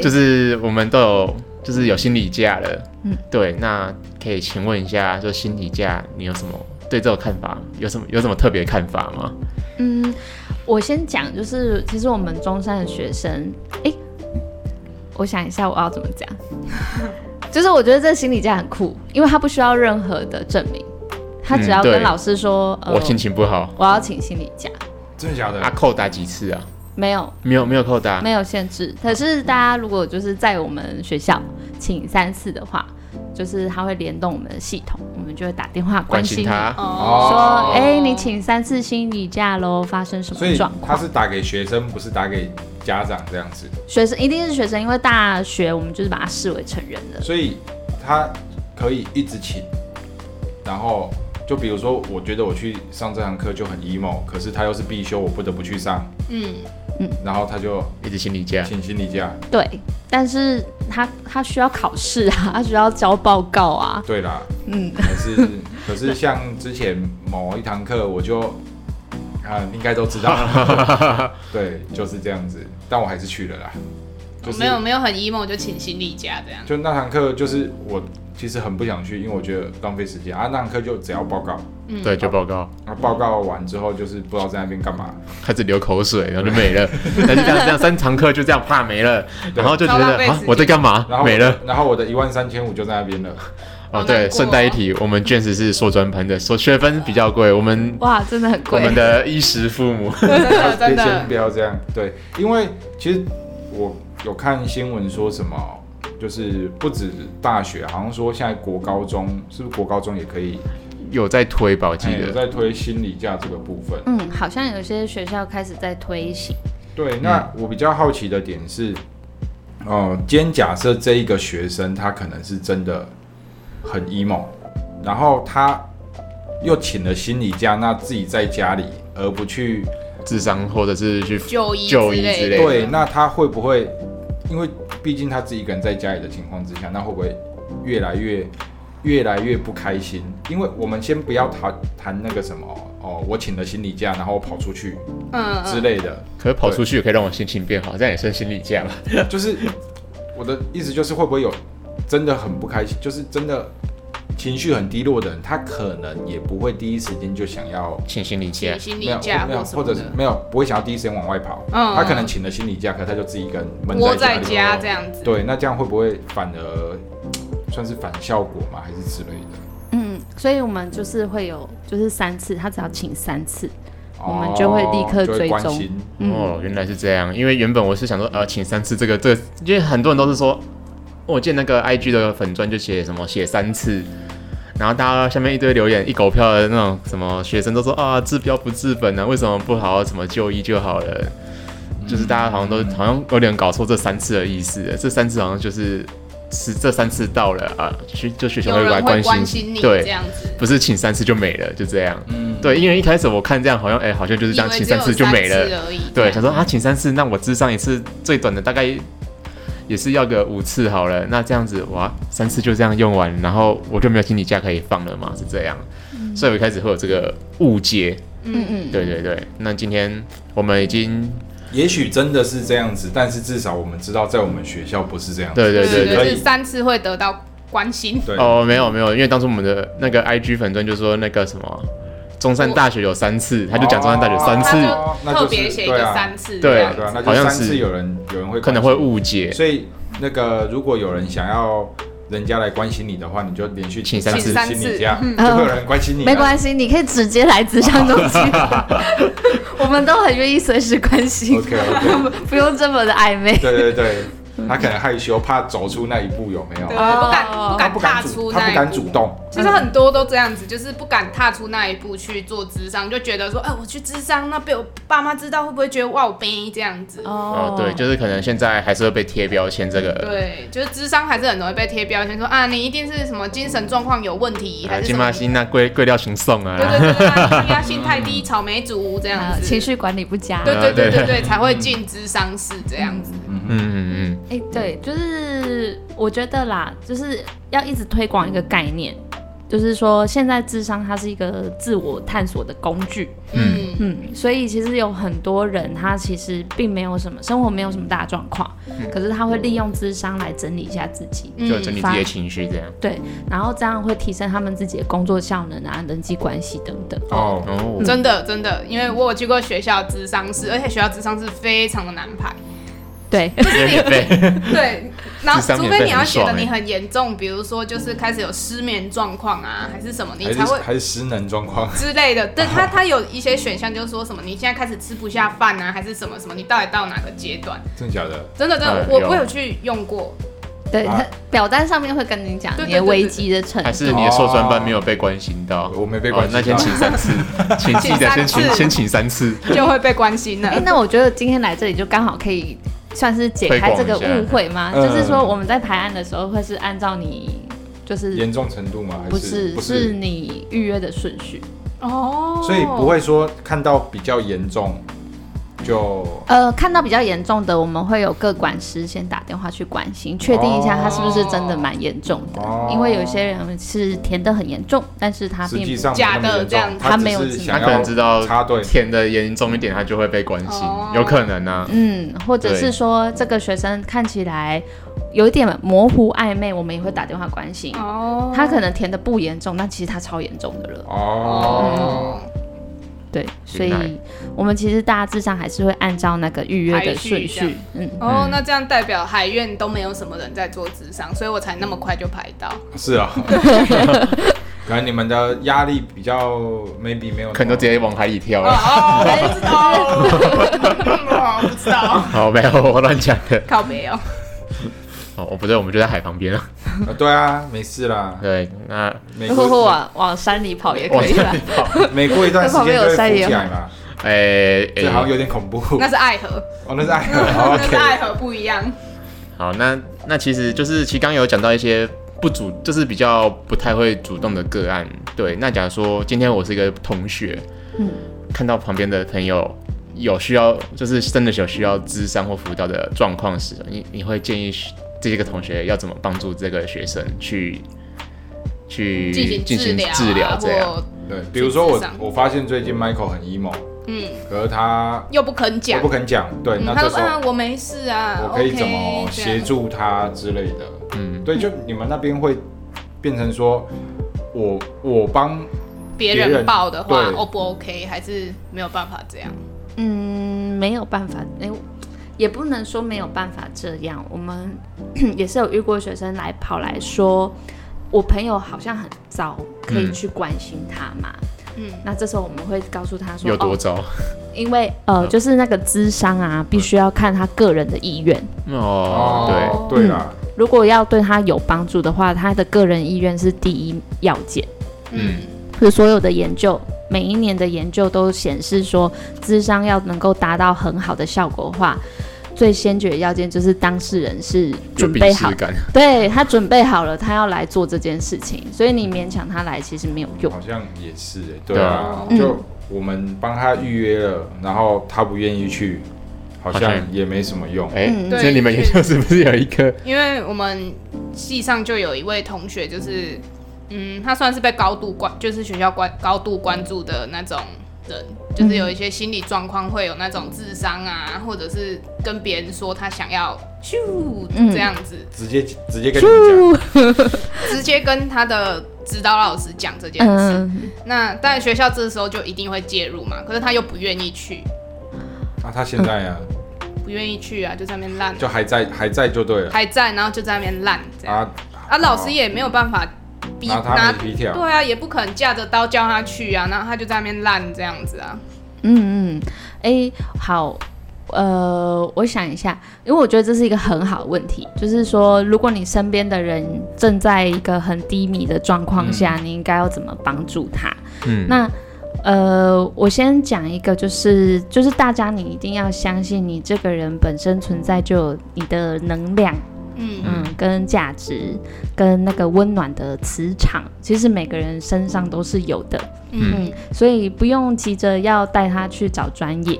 Speaker 1: 就是我们都有就是有心理假了。
Speaker 4: 嗯，
Speaker 1: 对，那可以请问一下，就心理假你有什么对这个看法？有什么有什么特别的看法吗？
Speaker 4: 嗯，我先讲，就是其实我们中山的学生，诶，我想一下我要怎么 讲，就是我觉得这心理假很酷，因为他不需要任何的证明，他只
Speaker 1: 嗯
Speaker 4: 要
Speaker 1: 对
Speaker 4: 跟老师说，呃
Speaker 1: 我，心情不好，
Speaker 4: 我要请心理假，
Speaker 3: 真的假的
Speaker 1: 啊，？扣打几次啊？
Speaker 4: 没有
Speaker 1: 没有没有扣打，
Speaker 4: 没有限制，可是大家如果就是在我们学校请三次的话，就是他会联动我们的系统，我们就会打电话关
Speaker 1: 关
Speaker 4: 心
Speaker 1: 心
Speaker 4: 你，
Speaker 1: 他。
Speaker 2: 哦，
Speaker 4: 说哎、诶你请三次心理假喽，发生什
Speaker 3: 所
Speaker 4: 么
Speaker 3: 以
Speaker 4: 状
Speaker 3: 他
Speaker 4: 况？
Speaker 3: 是打给学生，不是打给家长这样子。
Speaker 4: 学生一定是学生，因为大学我们就是把它视为成人了。
Speaker 3: 所以他可以一直请，然后就比如说，我觉得我去上这堂课就很 emo，可是他又是必修，我不得不去上，
Speaker 2: 嗯，
Speaker 3: 然后他就
Speaker 1: 一直心理假，
Speaker 3: 请心理假。
Speaker 4: 对，但是他他需要考试啊， 他需要交报告啊。
Speaker 3: 对啦，
Speaker 4: 嗯，
Speaker 3: 还是可是像之前某一堂课，我就啊，你应该都知道， 对，就是这样子，但我还是去了啦。就是
Speaker 2: 没有没有很 emo 就请心理 假这样，
Speaker 3: 就那堂课，就是我其实很不想去，因为我觉得浪费时间啊。那堂课就只要报告，
Speaker 1: 对，就报告，
Speaker 3: 啊，报告完之后就是不知道在那边干嘛，
Speaker 1: 开始流口水，然后就 没了。但是这样这样三堂课就这样啪没了，然后就觉
Speaker 2: 超浪
Speaker 1: 得
Speaker 2: 费
Speaker 1: 啊
Speaker 2: 时
Speaker 1: 我在干
Speaker 3: 然
Speaker 1: 嘛？
Speaker 3: 后
Speaker 1: 没了。，
Speaker 3: 然后我的一万三千五就在那边了。
Speaker 1: 哦，
Speaker 2: 好
Speaker 1: 对，
Speaker 2: 难过
Speaker 1: 顺带一提，我们卷十是硕专班的，所学分比较贵，我们
Speaker 4: 哇，真的很
Speaker 1: 我
Speaker 4: 贵
Speaker 1: 们。的衣食父母。
Speaker 2: 真的
Speaker 3: 别
Speaker 2: 啊真
Speaker 3: 先
Speaker 2: 的
Speaker 3: 不要这样，对，因为其实我有看新闻说什么，就是不止大学，好像说现在国高中是不是国高中也可以
Speaker 1: 有在推吧，我记
Speaker 3: 哎有
Speaker 1: 得。
Speaker 3: 在推心理价这个部分。
Speaker 4: 嗯，好像有些学校开始在推行。
Speaker 3: 对，那我比较好奇的点是，哦、今天假设这一个学生他可能是真的很 emo，然后他又请了心理假，那自己在家里而不去
Speaker 1: 智商或者是去
Speaker 2: 就医
Speaker 1: 就医
Speaker 2: 之
Speaker 1: 之
Speaker 2: 类
Speaker 1: 类
Speaker 2: 的，
Speaker 1: 的
Speaker 3: 对，那他会不会，因为毕竟他自己一个人在家里的情况之下，那会不会越来越越来越不开心？因为我们先不要谈谈那个什么哦，我请了心理假，然后我跑出去
Speaker 2: 嗯
Speaker 3: 之
Speaker 2: 嗯，
Speaker 3: 类的，
Speaker 1: 可是跑出去也可以让我心情变好，这样也算心理假吧？
Speaker 3: 就是我的意思就是会不会有真的很不开心，就是真的情绪很低落的人，他可能也不会第一时间就想要
Speaker 1: 请心理假
Speaker 2: 请，心
Speaker 3: 没
Speaker 2: 理
Speaker 3: 有
Speaker 2: 假
Speaker 3: 没有，
Speaker 2: 什
Speaker 3: 或
Speaker 2: 么
Speaker 3: 者是
Speaker 2: 的，
Speaker 3: 没有不会想要第一时间往外跑，
Speaker 2: 嗯
Speaker 3: 他可能请了心理假，可他就自己一个人闷
Speaker 2: 窝
Speaker 3: 在
Speaker 2: 在
Speaker 3: 里哦
Speaker 2: 家这样子。
Speaker 3: 对，那这样会不会反而算是反效果嘛，还是之类的？
Speaker 4: 嗯，所以我们就是会有，就是三次，他只要请三次，我们就会立刻
Speaker 3: 哦就会关
Speaker 4: 追踪
Speaker 3: 心
Speaker 4: 嗯
Speaker 1: 哦，原来是这样。因为原本我是想说，呃，请三次这个这个，因为很多人都是说，我见那个 IG 的粉砖就写什么写三次，然后大家下面一堆留言，一狗票的那种什么学生都说啊，治标不治本啊，为什么不好好怎么就医就好了？就是大家好像
Speaker 2: 嗯
Speaker 1: 都好像有点搞错这三次的意思了，这三次好像就是是这三次到了啊，学就学校
Speaker 2: 有
Speaker 1: 来
Speaker 2: 人会
Speaker 1: 关
Speaker 2: 关
Speaker 1: 心
Speaker 2: 心你这
Speaker 1: 对，
Speaker 2: 样子，
Speaker 1: 不是请三次就没了，就这样。
Speaker 3: 嗯，
Speaker 1: 对，因为一开始我看这样好像哎、好像就是这样，
Speaker 2: 以为
Speaker 1: 请
Speaker 2: 只有
Speaker 1: 三次就没了。
Speaker 2: 三次而已。
Speaker 1: 对，想说啊，请三次，那我智商一次最短的大概也是要个五次好了。那这样子，哇，三次就这样用完，然后我就没有心理假可以放了嘛，是这样。
Speaker 2: 嗯
Speaker 1: 所以我一开始会有这个误解。
Speaker 4: 嗯嗯，
Speaker 1: 对对对，那今天我们已经，
Speaker 3: 也许真的是这样子，但是至少我们知道在我们学校不是这样子。
Speaker 1: 对对对
Speaker 2: 对，
Speaker 1: 对
Speaker 2: 就
Speaker 3: 可以
Speaker 2: 是三次会得到关心。
Speaker 3: 对
Speaker 1: 哦，没有没有，因为当初我们的那个 IG 粉钻就说那个什么中山大学有三次，他就讲中山大学有三次，
Speaker 3: 哦
Speaker 2: 他就特别写一
Speaker 3: 对
Speaker 2: 个
Speaker 3: 啊
Speaker 2: 三次
Speaker 1: 对
Speaker 2: 这
Speaker 3: 对啊
Speaker 2: 样
Speaker 3: 对啊，
Speaker 2: 子，
Speaker 3: 那
Speaker 1: 好
Speaker 3: 就
Speaker 1: 像
Speaker 3: 三
Speaker 1: 是
Speaker 3: 次有人有人会
Speaker 1: 可能
Speaker 3: 关
Speaker 1: 会
Speaker 3: 心
Speaker 1: 误解，
Speaker 3: 所以那个如果有人想要人家来关心你的话，你就连续
Speaker 1: 请三
Speaker 2: 次嗯
Speaker 3: 心理假，就会有人关心你啊。
Speaker 4: 没关系，你可以直接来咨商中 心， 我们都很愿意随时关心
Speaker 3: OK OK，
Speaker 4: 不用这么的暧昧。
Speaker 3: 对对对，他可能害羞，怕走出那一步，有没有？
Speaker 2: 对，
Speaker 4: 哦
Speaker 2: 不敢
Speaker 4: 他
Speaker 2: 不
Speaker 3: 他
Speaker 2: 敢
Speaker 3: 不
Speaker 2: 踏
Speaker 3: 敢
Speaker 2: 出
Speaker 3: 主，
Speaker 2: 那
Speaker 3: 他
Speaker 2: 一
Speaker 3: 不
Speaker 2: 步
Speaker 3: 敢主动。
Speaker 2: 其实很多都这样子，就是不敢踏出那一步去做智商，就觉得说，哎、我去智商，那被我爸妈知道，会不会觉得哇，我悲这样子？
Speaker 1: 哦，对，就是可能现在还是会被贴标签这个。
Speaker 2: 对，就是智商还是很容易被贴标签，说啊，你一定是什么精神状况有问题，
Speaker 1: 啊，
Speaker 2: 还是
Speaker 1: 金
Speaker 2: 什
Speaker 1: 马
Speaker 2: 么？
Speaker 1: 星那贵贵料行送啊，
Speaker 2: 对对对对，啊你心态低，草莓族这样
Speaker 4: 呃
Speaker 2: 子，
Speaker 4: 情，绪管理不佳。
Speaker 2: 对对对
Speaker 1: 对
Speaker 2: 对对，才会进智商室这样子。
Speaker 1: 嗯嗯嗯。
Speaker 4: 哎、对，就是我觉得啦，就是要一直推广一个概念，就是说现在智商它是一个自我探索的工具，
Speaker 2: 嗯，
Speaker 4: 嗯，所以其实有很多人他其实并没有什么生活没有什么大状况，可是他会利用智商来整理一下自己，
Speaker 1: 就整理
Speaker 2: 嗯
Speaker 1: 自
Speaker 4: 发
Speaker 1: 己的情绪这样。
Speaker 4: 对，然后这样会提升他们自己的工作效能啊、人际关系等等。
Speaker 3: 哦，
Speaker 1: 哦，
Speaker 2: 嗯真的真的，因为我有去过学校智商室，而且学校智商室非常的难 排。
Speaker 4: 对，
Speaker 1: 有点背。
Speaker 2: 对，然后
Speaker 1: 智商
Speaker 2: 除
Speaker 1: 免
Speaker 2: 非
Speaker 1: 费
Speaker 2: 你
Speaker 1: 很
Speaker 2: 要觉得
Speaker 1: 爽欸
Speaker 2: 你很严重，比如说就是开始有失眠状况啊，还是什么，你
Speaker 3: 还是
Speaker 2: 才会
Speaker 3: 还是失能状况。
Speaker 2: 之类的。对他，他有一些选项，就是说什么你现在开始吃不下饭啊，还是什么什么，你到底到哪个阶段？
Speaker 3: 真的假的？
Speaker 2: 真的，真
Speaker 1: 嗯，
Speaker 2: 的我
Speaker 1: 有
Speaker 2: 我有去用过，
Speaker 4: 对，
Speaker 3: 啊
Speaker 4: 他表单上面会跟你讲
Speaker 2: 对
Speaker 4: 你
Speaker 2: 对
Speaker 4: 的
Speaker 2: 对
Speaker 4: 危
Speaker 2: 对
Speaker 4: 机的 程
Speaker 1: 还
Speaker 4: 度。
Speaker 1: 是你的硕专班没有被关心到？
Speaker 3: 我哦没被关心啊
Speaker 1: 哦那先
Speaker 3: 到
Speaker 1: 请三 次，请记得先
Speaker 2: 请三
Speaker 1: 请
Speaker 2: 次
Speaker 1: 先请三次。
Speaker 2: 就会被关心
Speaker 4: 哎、
Speaker 2: 了。
Speaker 4: 那我觉得今天来这里就刚好可以算是解开这个误会吗？
Speaker 3: 推广一
Speaker 4: 就
Speaker 3: 下嗯
Speaker 4: 是说我们在排案的时候会是按照你就是
Speaker 3: 严重程度吗？还
Speaker 4: 不
Speaker 3: 是
Speaker 4: 是是？你预约的顺序？
Speaker 2: 哦
Speaker 3: 所以不会说看到比较严重就
Speaker 4: 呃，看到比较严重的，我们会有各管师先打电话去关心，确定一下他是不是真的蛮严重的。
Speaker 3: 哦
Speaker 4: 因为有些人是填的很严重，但是他
Speaker 3: 实
Speaker 4: 并
Speaker 3: 际
Speaker 4: 不
Speaker 3: 上没那么
Speaker 2: 假的
Speaker 3: 严重
Speaker 2: 这样
Speaker 4: 他没有
Speaker 3: 只是
Speaker 4: 自己
Speaker 1: 他
Speaker 3: 想
Speaker 1: 可能
Speaker 3: 要
Speaker 1: 知道
Speaker 3: 插队。
Speaker 1: 填的严重一点，他就会被关心
Speaker 2: 哦，
Speaker 1: 有可能啊。
Speaker 4: 嗯，或者
Speaker 1: 对
Speaker 4: 是说这个学生看起来有一点模糊暧昧，我们也会打电话关心。
Speaker 2: 哦
Speaker 4: 他可能填的不严重，但其实他超严重的了。
Speaker 3: 哦，
Speaker 4: 对，所
Speaker 1: 原来
Speaker 4: 以我们其实大致上还是会按照那个预约的顺
Speaker 2: 排序这
Speaker 4: 序
Speaker 2: 样，
Speaker 4: 嗯，
Speaker 2: 哦
Speaker 1: 嗯，
Speaker 2: 那这样代表海院都没有什么人在做智商，所以我才那么快就排到。
Speaker 3: 是啊，可能你们的压力比较 maybe 没有那么，
Speaker 1: 可能都直接往海里跳了。
Speaker 2: 哦，我不知道，我不知 道，
Speaker 1: 哦，没有，我乱讲的。
Speaker 2: 靠没有。
Speaker 1: 哦，我不对，我们就在海旁边了。
Speaker 3: 啊对啊，没事啦。
Speaker 1: 对，那
Speaker 3: 美
Speaker 4: 或或
Speaker 3: 国
Speaker 2: 啊
Speaker 4: 往往山里跑也可以 啦。
Speaker 3: 美国一段时间就会浮起来
Speaker 1: 哎
Speaker 3: 嘛，
Speaker 1: 诶
Speaker 3: 这好像
Speaker 1: 诶，
Speaker 3: 有点恐怖。
Speaker 2: 那是爱 河，
Speaker 3: 哦，那是爱河
Speaker 2: 那是爱
Speaker 3: ，OK，
Speaker 2: 河不一样。
Speaker 1: 好，那那其实就是其实刚有讲到一些不主，就是比较不太会主动的个案。对，那假如说今天我是一个同学，
Speaker 4: 嗯，
Speaker 1: 看到旁边的朋友有需要，就是真的有需要咨商或辅导的状况时，你你会建议这个同学要怎么帮助这个学生去去
Speaker 2: 进行治疗、啊、
Speaker 1: 治疗这样？
Speaker 2: 或
Speaker 3: 对，比如说我
Speaker 2: 去智商
Speaker 3: 我发现最近 Michael 很 emo，
Speaker 2: 嗯，
Speaker 3: 可是他
Speaker 2: 又不肯
Speaker 3: 我
Speaker 2: 讲
Speaker 3: 不，肯讲，对，
Speaker 2: 嗯
Speaker 3: 那
Speaker 2: 他
Speaker 3: 这
Speaker 2: 说
Speaker 3: 时候
Speaker 2: 啊，我没事啊，
Speaker 3: 我可以怎么哦
Speaker 2: OK，这
Speaker 3: 协
Speaker 2: 样？
Speaker 3: 助他之类的。
Speaker 1: 嗯，
Speaker 3: 对，就你们那边会变成说，我我帮
Speaker 2: 别
Speaker 3: 别
Speaker 2: 人
Speaker 3: 人
Speaker 2: 报的话
Speaker 3: 对
Speaker 2: ，O 不 OK 还是没有办法这样？
Speaker 4: 嗯，没有办法，哎、也不能说没有办法这样。我们 也是有遇过学生来跑来说，我朋友好像很糟，可以
Speaker 1: 嗯
Speaker 4: 去关心他嘛。
Speaker 2: 嗯
Speaker 4: 嗯，那这时候我们会告诉他说，
Speaker 1: 有多
Speaker 4: 哦、
Speaker 1: 糟？
Speaker 4: 因为呃，就是那个智商啊，必须要看他个人的意愿。
Speaker 1: 哦，
Speaker 3: 对对啦，
Speaker 2: 嗯
Speaker 4: 如果要对他有帮助的话，他的个人意愿是第一要件。
Speaker 2: 嗯，
Speaker 4: 就是所有的研究，每一年的研究都显示说，智商要能够达到很好的效果的话，最先决要件就是当事人
Speaker 1: 对，
Speaker 4: 是
Speaker 1: 有
Speaker 4: 准
Speaker 1: 病
Speaker 4: 备好
Speaker 1: 耻，感，
Speaker 4: 对他准备好了，他要来做这件事情，所以你勉强他来其实没有用。
Speaker 3: 好像也是哎、对
Speaker 1: 对
Speaker 3: 啊
Speaker 1: 啊，
Speaker 2: 嗯
Speaker 3: 就我们帮他预约了，然后他不愿意去，好
Speaker 1: 好
Speaker 3: 像
Speaker 1: 像
Speaker 3: 也没什么用。
Speaker 1: 哎、
Speaker 4: 嗯
Speaker 1: 所以你们研究是不是有一个
Speaker 2: 因为我们系上就有一位同学，就是嗯，他算是被高度关，就是学校关高度关注的那种人，就是有一些心理状况会有那种智商啊，或者是跟别人说他想要咻
Speaker 4: 嗯
Speaker 2: 这样子，
Speaker 3: 直接直接跟你们
Speaker 2: 直接跟他的指导老师讲这件事。
Speaker 4: 嗯，
Speaker 2: 那但学校这时候就一定会介入嘛，可是他又不愿意去，
Speaker 3: 讲，那、他现在啊，
Speaker 2: 不愿意去啊，就在那边烂，
Speaker 3: 就还在还在就 对了
Speaker 2: 还在，然后就在那边烂这样。
Speaker 3: 啊
Speaker 2: 啊，老师也没有办法逼
Speaker 3: 拿他没皮条，
Speaker 2: 对啊，也不肯架着刀叫他去啊，然后他就在那边烂这样子啊。
Speaker 4: 嗯嗯，哎、好，呃，我想一下，因为我觉得这是一个很好的问题，就是说，如果你身边的人正在一个很低迷的状况下，你应该要怎么帮助他？
Speaker 1: 嗯
Speaker 4: 那呃，我先讲一个，就是就是大家你一定要相信，你这个人本身存在就有你的能量，
Speaker 2: 嗯
Speaker 4: 嗯，跟价值，跟那个温暖的磁场，其实每个人身上都是有的，
Speaker 2: 嗯
Speaker 4: 嗯，所以不用急着要带他去找专业。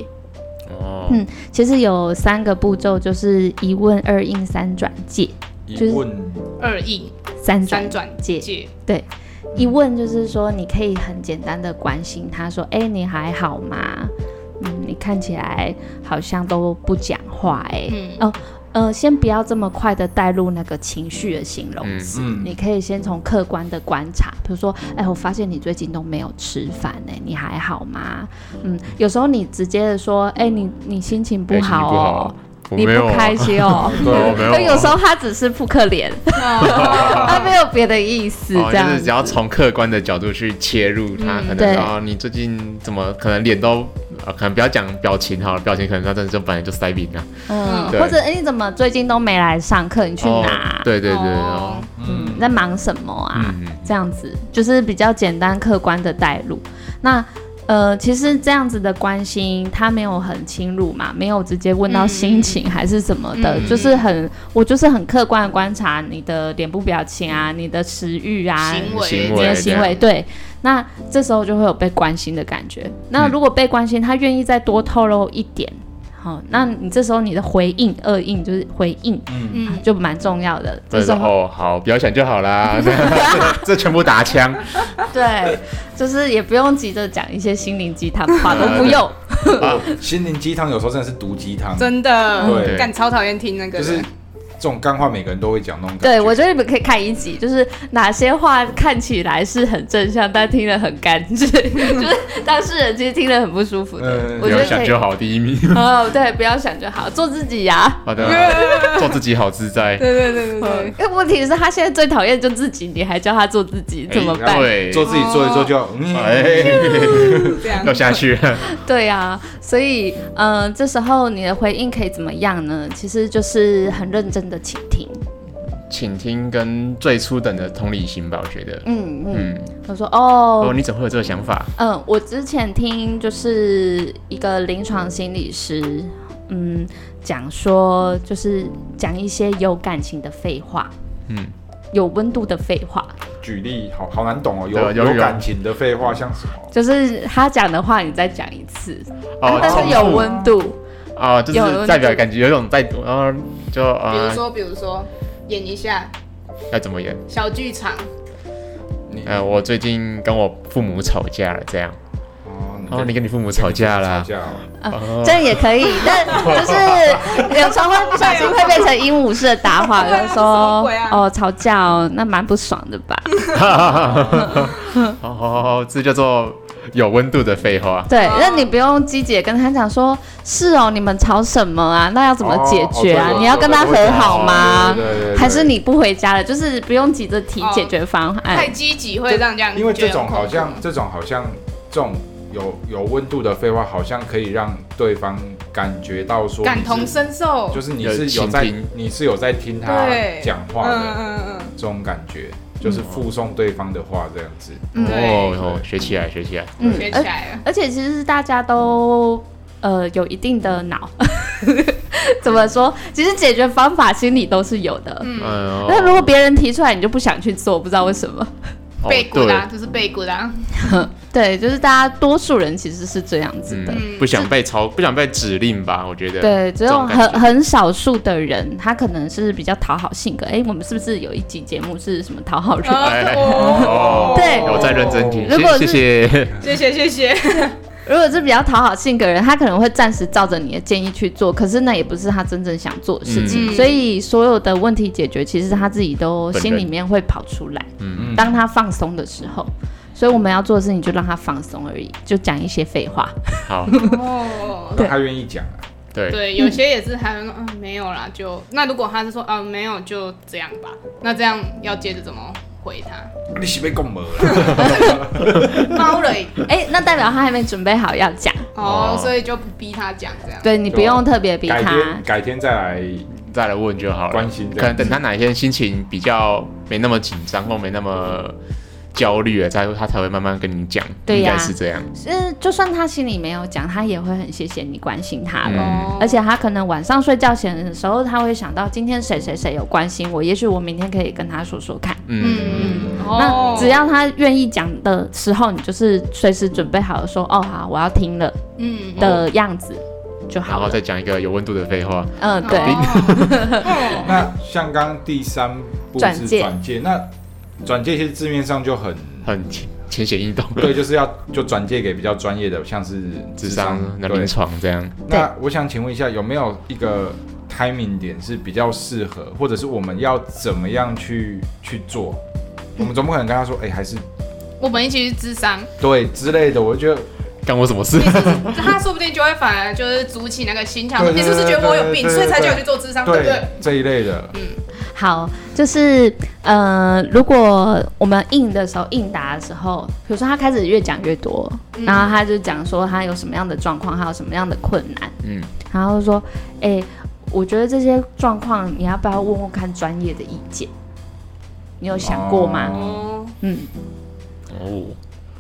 Speaker 1: 哦，
Speaker 4: 嗯其实有三个步骤，就是一问二应三转介，
Speaker 3: 一
Speaker 4: 就是
Speaker 3: 问
Speaker 2: 二印
Speaker 4: 三转
Speaker 2: 三转
Speaker 4: 介
Speaker 2: 介，
Speaker 4: 一问就是说，你可以很简单的关心他说：“哎、你还好吗？嗯，你看起来好像都不讲话、诶。哎、
Speaker 2: 嗯
Speaker 4: 呃，先不要这么快的带入那个情绪的形容词，
Speaker 3: 嗯
Speaker 4: 你可以先从客观的观察，比如说，哎、我发现你最近都没有吃饭、诶，你还好吗？嗯，有时候你直接的说，哎、你你心情不
Speaker 1: 哎心情
Speaker 4: 好
Speaker 1: 不
Speaker 4: 哦、
Speaker 1: 好我
Speaker 4: 你
Speaker 1: 没有
Speaker 4: 不
Speaker 1: 啊
Speaker 4: 开心哦、
Speaker 3: 对 我
Speaker 1: 没有啊
Speaker 4: 有时候他只是扑克 脸，他没有别的意思，
Speaker 1: 哦，
Speaker 4: 这样
Speaker 1: 就是
Speaker 4: 子
Speaker 1: 只要从客观的角度去切入他，可
Speaker 2: 嗯
Speaker 1: 能
Speaker 4: 对
Speaker 1: 啊、哦你最近怎么可能脸都、呃可能不要讲表情好了，表情可能他真的就本来就塞饼啊。
Speaker 4: 嗯，
Speaker 1: 对
Speaker 4: 或者诶你怎么最近都没来上课？你去哪？
Speaker 1: 哦？对对对，哦，
Speaker 2: 哦
Speaker 4: 嗯，你在忙什么啊？
Speaker 1: 嗯，
Speaker 4: 这样子就是比较简单客观的带入。那呃，其实这样子的关心，他没有很侵入嘛，没有直接问到心情还是什么的，
Speaker 2: 嗯
Speaker 4: 就是很我就是很客观的观察你的脸部表情啊，你的食欲啊，
Speaker 2: 行为
Speaker 1: 行
Speaker 4: 你
Speaker 1: 为
Speaker 4: 的行为，对。那这时候就会有被关心的感觉。那
Speaker 1: 嗯
Speaker 4: 如果被关心，他愿意再多透露一点，好，那你这时候你的回应二应就是回应，啊
Speaker 2: 嗯
Speaker 4: 就蛮重要的。
Speaker 1: 对
Speaker 4: 这时候
Speaker 1: 哦，好，不要想就好 啦。 这这全部打枪，
Speaker 4: 对，就是也不用急着讲一些心灵鸡汤话，都不用。
Speaker 1: 啊
Speaker 3: 心灵鸡汤有时候真的是毒鸡汤，
Speaker 2: 真的，
Speaker 3: 对
Speaker 2: 干超讨厌听那个
Speaker 3: 就是
Speaker 2: 的。
Speaker 3: 这种干话，每个人都会讲那种感
Speaker 4: 对，我
Speaker 3: 觉。
Speaker 4: 觉得你们可以看一集，就是哪些话看起来是很正向，但听得很干净， 就是当事人其实听得很不舒服的
Speaker 3: 嗯。
Speaker 1: 不
Speaker 4: 我觉
Speaker 1: 要
Speaker 4: 得可
Speaker 1: 想
Speaker 4: 以
Speaker 1: 就，好，第一名。
Speaker 4: 哦，对，不要想就好，做自己呀、
Speaker 1: 好 的，做自己好自在。
Speaker 2: 对对
Speaker 1: 嗯
Speaker 2: 对对对，
Speaker 4: 哎，问题是，他现在最讨厌就自己，你还叫他做自己，
Speaker 1: 哎
Speaker 4: 怎么办？
Speaker 1: 对，
Speaker 3: 做自己做一做就，嗯，
Speaker 1: 哎，
Speaker 2: 这样
Speaker 1: 要下去 了。
Speaker 4: 对啊，所以，嗯、这时候你的回应可以怎么样呢？其实就是很认真的倾听，
Speaker 1: 倾听跟最初等的同理心吧，我觉得。
Speaker 4: 嗯嗯，
Speaker 1: 嗯，
Speaker 4: 我说
Speaker 1: 哦，
Speaker 4: 哦，
Speaker 1: 你怎么会有这个想法？
Speaker 4: 嗯、我之前听就是一个临床心理师，嗯，讲说就是讲一些有感情的废话，
Speaker 1: 嗯，
Speaker 4: 有温度的废话，
Speaker 3: 举例好好难懂哦，有
Speaker 1: 对有
Speaker 3: 有感情的废话像什么？
Speaker 4: 就是他讲的话，你再讲一次，
Speaker 1: 哦，
Speaker 4: 啊但
Speaker 1: 重
Speaker 4: 是
Speaker 1: 复
Speaker 4: 有温度。
Speaker 1: 啊，就
Speaker 4: 有
Speaker 1: 是代表感觉有一种在，然后就
Speaker 2: 比如
Speaker 1: 啊，
Speaker 2: 说比如说演一下
Speaker 1: 要怎么演？
Speaker 2: 小剧场，
Speaker 3: 你
Speaker 1: 哎呃，我最近跟我父母吵架了，这样。
Speaker 3: 哦，你
Speaker 1: 哦，你跟你父母吵架啦
Speaker 3: 吵，架哦，
Speaker 1: 哦
Speaker 4: 这样 也可以，但就是有时候会不小心会变成鹦鹉式的搭话，
Speaker 2: 对啊
Speaker 4: 就是
Speaker 2: 什么
Speaker 4: 说
Speaker 2: 鬼啊
Speaker 4: 哦吵架哦，那蛮不爽的 吧？
Speaker 1: 好好好好，这叫做有温度的废话。
Speaker 4: 对
Speaker 3: 啊
Speaker 2: 哦，
Speaker 4: 那你不用机姐跟他讲说，是哦，你们吵什么啊？那要怎么解决啊
Speaker 3: 哦哦对？对
Speaker 4: 你要跟他和好吗
Speaker 3: 对对对对对？
Speaker 4: 还是你不回家了？就是不用急着提
Speaker 2: 哦
Speaker 4: 解决方
Speaker 2: 太
Speaker 4: 案。
Speaker 2: 积极会让这样，
Speaker 3: 因为这种好像这种好像这种有有温度的废话，好像可以让对方感觉到说
Speaker 2: 感
Speaker 3: 你是
Speaker 2: 同身受
Speaker 3: 就，是你
Speaker 1: 有
Speaker 3: 是有
Speaker 1: 倾
Speaker 3: 在
Speaker 1: 听
Speaker 3: 你是有在听他
Speaker 2: 对
Speaker 3: 讲
Speaker 2: 嗯
Speaker 3: 话
Speaker 2: 嗯
Speaker 3: 的
Speaker 2: 嗯嗯，
Speaker 3: 这种感觉，就是
Speaker 1: 嗯
Speaker 3: 附送对方的话这样子。
Speaker 4: 嗯
Speaker 2: 对
Speaker 1: 哦哦，学起来，学起来。
Speaker 4: 嗯
Speaker 2: 学起来了，
Speaker 4: 而且其实是大家都呃有一定的脑， 怎么说？其实解决方法心里都是有的。
Speaker 1: 嗯，
Speaker 2: 嗯，
Speaker 1: 哦
Speaker 4: 那如果别人提出来，你就不想去做，不知道为什么。
Speaker 1: 哦
Speaker 2: 背骨
Speaker 1: 对
Speaker 2: 啦，就是背骨啦，
Speaker 4: 对，就是大家多数人其实是这样子的。
Speaker 1: 嗯嗯，不想被操，不想被指令吧？我觉得。
Speaker 4: 对，只
Speaker 1: 这
Speaker 4: 有
Speaker 1: 种感
Speaker 4: 很
Speaker 1: 觉
Speaker 4: 很少数的人，他可能是比较讨好性格。哎、我们是不是有一集节目是什么讨好人？
Speaker 1: 哎
Speaker 2: 哦
Speaker 1: 哦，
Speaker 4: 对
Speaker 1: 有在认真听，
Speaker 4: 如果
Speaker 1: 谢
Speaker 4: 是
Speaker 1: 谢谢。
Speaker 2: 谢谢谢谢，
Speaker 4: 如果是比较讨好性格的人，他可能会暂时照着你的建议去做，可是那也不是他真正想做的事情。
Speaker 2: 嗯
Speaker 4: 所以所有的问题解决，其实他自己都心里面会跑出来。
Speaker 3: 嗯，
Speaker 4: 当他放松的时候，所以我们要做的事情就让他放松而已，就讲一些 废话。
Speaker 1: 好，
Speaker 2: 哦。
Speaker 3: 让他愿意讲啊，
Speaker 1: 对，
Speaker 2: 对，有些也是还会说，嗯，没有啦，就那如果他是说，啊，没有，就这样吧，那这样要接着怎么回他？
Speaker 3: 你是被共谋 了，
Speaker 2: 猫嘞，
Speaker 4: 哎、那代表他还没准备好要讲，
Speaker 2: 哦
Speaker 1: 哦，
Speaker 2: 所以就不逼他讲这样。
Speaker 4: 对你不用特别逼
Speaker 3: 改
Speaker 4: 他
Speaker 3: 天。改天再来
Speaker 1: 再来问就好了。
Speaker 3: 关心这
Speaker 1: 可能
Speaker 3: 样。
Speaker 1: 等他哪一天心情比较没那么紧张或没那么焦虑了，才会他才会慢慢跟你讲，
Speaker 4: 对
Speaker 1: 应
Speaker 4: 呀
Speaker 1: 该是这样。
Speaker 4: 是，就算他心里没有讲，他也会很谢谢你关心他了。
Speaker 3: 嗯
Speaker 2: 哦
Speaker 4: 而且他可能晚上睡觉前的时候，他会想到今天谁谁谁有关心我，也许我明天可以跟他说说看。
Speaker 1: 嗯，
Speaker 2: 嗯，
Speaker 4: 那
Speaker 2: 哦，
Speaker 4: 只要他愿意讲的时候，你就是随时准备好说哦好，我要听了
Speaker 2: 嗯，
Speaker 4: 的样子就
Speaker 1: 然
Speaker 4: 好
Speaker 1: 后
Speaker 4: 了。
Speaker 1: 再讲一个有温度的废话，
Speaker 4: 嗯、对。
Speaker 2: 哦
Speaker 3: 那像刚刚第三步
Speaker 4: 转
Speaker 3: 是
Speaker 4: 介
Speaker 3: 转介，那转介其实字面上就很
Speaker 1: 很浅浅显易懂，
Speaker 3: 对，就是要就转介给比较专业的，像是
Speaker 1: 智
Speaker 3: 智
Speaker 1: 商、那
Speaker 3: 对
Speaker 1: 临床这样。
Speaker 3: 那我想请问一下，有没有一个 timing 点是比较适合，或者是我们要怎么样去去做？我们总不可能跟他说，哎、还是
Speaker 2: 我们一起去智商，
Speaker 3: 对之类的。我就觉得
Speaker 1: 干我什 么事？
Speaker 2: 他说不定就会反而就是筑起那个心墙，
Speaker 3: 对
Speaker 2: 你
Speaker 3: 对
Speaker 2: 是不是觉得我有病，
Speaker 3: 对对对
Speaker 2: 所以才叫我去做
Speaker 3: 嗯
Speaker 2: 智商，对不对？
Speaker 3: 这一类的，
Speaker 4: 好，就是呃，如果我们应的时候应答的时候，比如说他开始越讲越多，然后他就讲说他有什么样的状况，他有什么样的困难，
Speaker 1: 嗯
Speaker 4: 嗯，然后说，哎、我觉得这些状况你要不要问问看专业的意见？你有想过吗？
Speaker 3: 哦
Speaker 2: 哦，
Speaker 4: 嗯，
Speaker 1: 哦，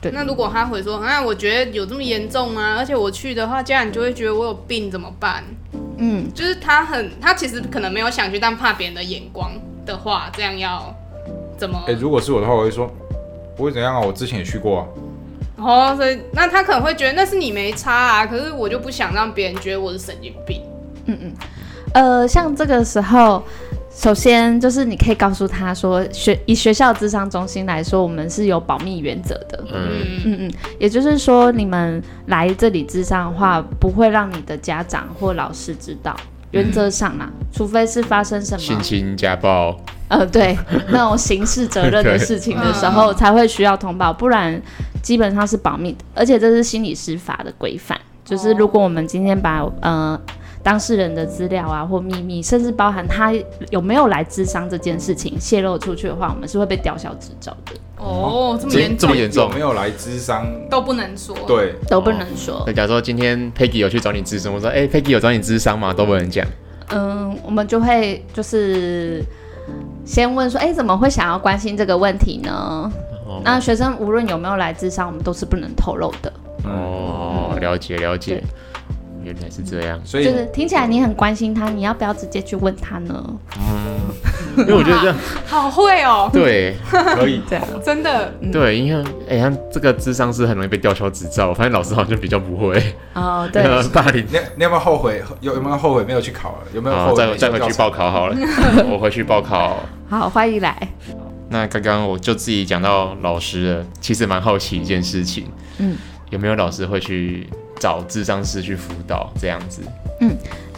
Speaker 4: 对
Speaker 2: 那如果他回说啊，我觉得有这么严重吗？而且我去的话，家人就会觉得我有病，怎么办？
Speaker 4: 嗯，
Speaker 2: 就是他很，他其实可能没有想去，但怕别人的眼光的话，这样要怎么
Speaker 3: 哎、？如果是我的话，我会说不会怎样啊，我之前也去过、啊。
Speaker 2: 哦，所以那他可能会觉得那是你没差啊，可是我就不想让别人觉得我是神经病。
Speaker 4: 呃，像这个时候，首先就是你可以告诉他说，学以学校智商中心来说，我们是有保密原则的，
Speaker 1: 嗯，
Speaker 2: 嗯，
Speaker 4: 嗯嗯，也就是说，你们来这里智商的话，不会让你的家长或老师知道，原则上啦，除非是发生什
Speaker 1: 性
Speaker 4: 么
Speaker 1: 侵、家暴，
Speaker 4: 呃，对 那种刑事责任的事情的时候，才会需要通报，不然基本上是保密的。而且这是心理师法的规范，就是如果我们今天把呃当事人的资料啊或秘密，甚至包含他有没有来智商这件事情泄露出去的话，我们是会被吊销执照的，
Speaker 2: 哦，这么
Speaker 1: 这
Speaker 2: 严
Speaker 1: 这
Speaker 2: 重
Speaker 1: 么严重
Speaker 3: 有没有来智商？
Speaker 2: 都不能说。
Speaker 3: 对，
Speaker 4: 都不能说。
Speaker 1: 那假如说今天 Peggy 有去找你咨询，我说，哎、p e g g y 有找你咨商吗？都不能讲。
Speaker 4: 嗯，我们就会就是先问说，哎、怎么会想要关心这个问题呢？
Speaker 1: 哦
Speaker 4: 那学生无论有没有来智商，我们都是不能透露的。
Speaker 3: 嗯
Speaker 1: 哦，了解了解，原来是这样。
Speaker 3: 所
Speaker 4: 就
Speaker 3: 以
Speaker 4: 是听起来你很关心他，你要不要直接去问他呢？
Speaker 1: 因为我觉得这样，
Speaker 2: 好会哦，
Speaker 1: 对
Speaker 3: 可以
Speaker 4: 对，
Speaker 2: 真的。
Speaker 1: 对，因为哎，像这个智商是很容易被吊销执照，我发现老师好像比较不会。
Speaker 4: 哦，对，
Speaker 1: 呃 霸凌。
Speaker 3: 你你有没有后悔？有有没有后悔没有去考了？有没有
Speaker 1: 好，
Speaker 3: 后悔
Speaker 1: 再
Speaker 3: 没
Speaker 1: 再回
Speaker 3: 有
Speaker 1: 去
Speaker 3: 去考？
Speaker 1: 报考 好了，我回去报考。
Speaker 4: 好，欢迎来。
Speaker 1: 那刚刚我就自己讲到老师了，其实蛮好奇一件事情，
Speaker 4: 嗯，
Speaker 1: 有没有老师会去找智商师去辅导这样子？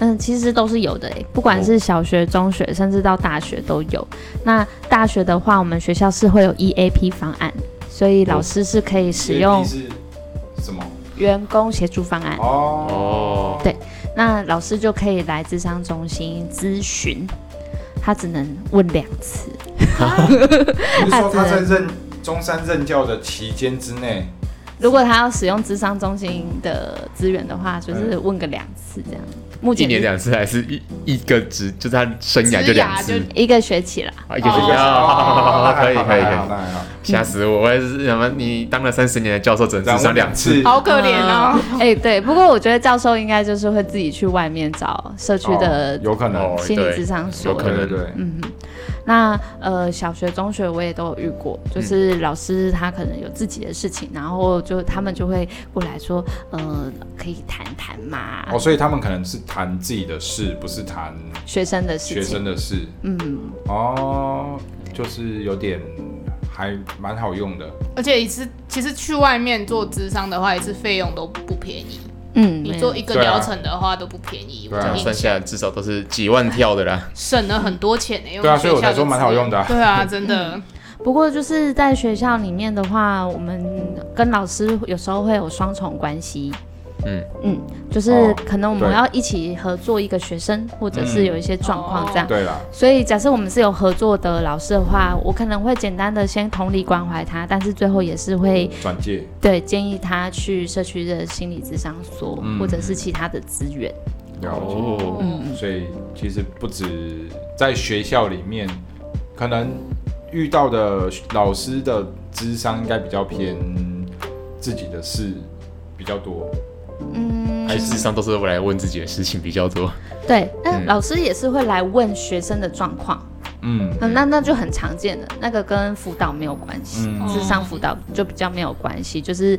Speaker 4: 嗯，其实都是有的、欸，不管
Speaker 1: 哦
Speaker 4: 是小学、中学，甚至到大学都有。那大学的话，我们学校是会有 EAP 方案，所以老师是可以使用
Speaker 1: E
Speaker 3: EAP 是什么？
Speaker 4: 员工协助方案。
Speaker 3: 哦
Speaker 1: 哦，
Speaker 4: 对那老师就可以来智商中心咨询，他只能问两次。
Speaker 3: 你是说他在任中山任教的期间之内，
Speaker 4: 如果他要使用智商中心的资源的话，就是问个两次这样。目
Speaker 1: 哎一
Speaker 4: 前
Speaker 1: 年
Speaker 4: 是
Speaker 1: 两次还是一一个职，就是他生涯就两次
Speaker 2: 职涯就
Speaker 4: 一个学期啦，
Speaker 1: 啊，一个学期
Speaker 2: 哦
Speaker 1: 啊， 可以可以可
Speaker 3: 那还好
Speaker 1: 以，
Speaker 3: 那还好，
Speaker 1: 吓死我！我也是什么？你当了三十年的教授，只能智商两次，
Speaker 2: 好可怜 哦。
Speaker 4: 嗯。哎、对，不过我觉得教授应该就是会自己去外面找社区的
Speaker 3: 哦有可能
Speaker 1: 哦，
Speaker 4: 心理
Speaker 1: 对
Speaker 4: 智商所
Speaker 1: 有可
Speaker 3: 对
Speaker 1: 能
Speaker 3: 对对，
Speaker 4: 嗯，那呃，小学、中学我也都有遇过，就是老师他可能有自己的事情，然后就他们就会过来说，呃，可以谈谈嘛，
Speaker 3: 哦，所以他们可能是谈自己的事，不是谈
Speaker 4: 学生的
Speaker 3: 学
Speaker 4: 事
Speaker 3: 生
Speaker 4: 情。
Speaker 3: 的事。
Speaker 4: 嗯，
Speaker 3: 哦，就是有点还蛮好用的。
Speaker 2: 而且一次，其实去外面做智商的话，一次费用都不便宜。
Speaker 4: 嗯，
Speaker 2: 你
Speaker 4: 没
Speaker 2: 做
Speaker 4: 有
Speaker 2: 一个
Speaker 3: 对啊
Speaker 2: 疗程的话都不便宜，
Speaker 3: 对
Speaker 2: 我
Speaker 3: 啊
Speaker 1: 这样
Speaker 2: 就印
Speaker 1: 算下来至少都是几万跳的啦。
Speaker 2: 省了很多钱呢、用
Speaker 3: 对啊
Speaker 2: 学校
Speaker 3: 所以我才说
Speaker 2: 的
Speaker 3: 蛮好用的啊
Speaker 2: 资源对啊，真的，
Speaker 4: 不过就是在学校里面的话，我们跟老师有时候会有双重关系。
Speaker 1: 嗯
Speaker 4: 嗯，就是
Speaker 3: 哦
Speaker 4: 可能我们
Speaker 3: 对
Speaker 4: 要一起合作一个学生，或者是
Speaker 3: 嗯
Speaker 4: 有一些状况这样。
Speaker 3: 对啦，
Speaker 4: 所以，假设我们是有合作的老师的话，我可能会简单的先同理关怀他，但是最后也是会
Speaker 3: 转介
Speaker 4: 对建议他去社区的心理咨商所、
Speaker 3: 嗯
Speaker 4: 或者是其他的资源。
Speaker 3: 了解。
Speaker 1: 哦，
Speaker 2: 嗯，
Speaker 3: 所以其实不止在学校里面，可能遇到的老师的智商应该比较偏自己的事比较多。
Speaker 4: 嗯，
Speaker 1: 还是智商都是我来问自己的事情比较多。
Speaker 4: 对，那
Speaker 1: 嗯
Speaker 4: 老师也是会来问学生的状况，
Speaker 3: 嗯
Speaker 4: 嗯，那那就很常见的，那个跟辅导没有关系。
Speaker 3: 嗯，
Speaker 4: 智商辅导就比较没有关系，就是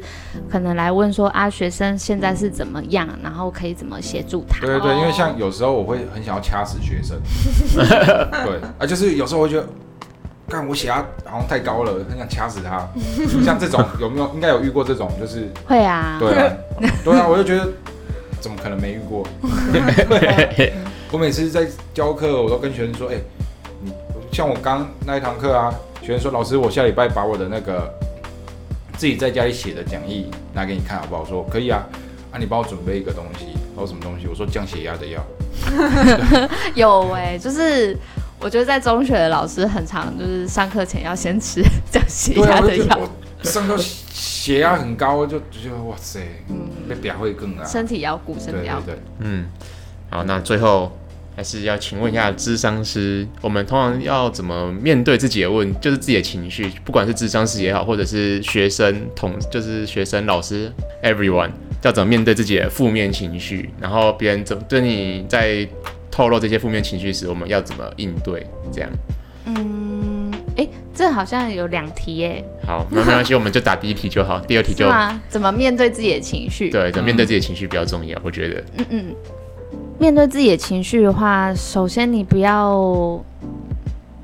Speaker 4: 可能来问说啊，学生现在是怎么样，然后可以怎么协助他。
Speaker 3: 对对对，因为像有时候我会很想要掐死学生，对啊，就是有时候我会觉得。干，我血压好像太高了，很想掐死他。像这种有没有应该有遇过这种？就是
Speaker 4: 会啊，
Speaker 3: 对啊，对 啊，我就觉得怎么可能没遇 过？我每次在教课，我都跟学生说，哎、你像我刚那一堂课啊，学生说老师，我下礼拜把我的那个自己在家里写的讲义拿给你看好不好？我说可以啊，啊你帮我准备一个东西，然后什么东西？我说降血压的药。
Speaker 4: 有哎、就是我觉得在中学的老师很常就是上课前要先吃 降血
Speaker 3: 对啊，
Speaker 4: 压
Speaker 3: 我
Speaker 4: 的
Speaker 3: 就觉
Speaker 4: 药
Speaker 3: 得，我上课血压很高，就就觉得哇塞，被表会更啊。
Speaker 4: 身体要顾，
Speaker 3: 对
Speaker 4: 身体
Speaker 3: 对
Speaker 4: 要顾。
Speaker 3: 对，
Speaker 1: 嗯，好，那最后还是要请问一下智商师，我们通常要怎么面对自己的问，就是自己的情绪，不管是智商师也好，或者是学生同，就是学生、老师，everyone 要怎么面对自己的负面情绪，然后别人怎么对你在透露这些负面情绪时，我们要怎么应对？这样
Speaker 4: 嗯，哎、这好像有两题耶、
Speaker 1: 好，那没关系，我们就打第一题就好，第二题
Speaker 4: 是
Speaker 1: 就
Speaker 4: 吗？怎么面对自己的情绪？，
Speaker 1: 对，怎么面对自己的情绪比较重要，我觉得。
Speaker 4: 嗯嗯。面对自己的情绪的话，首先你不要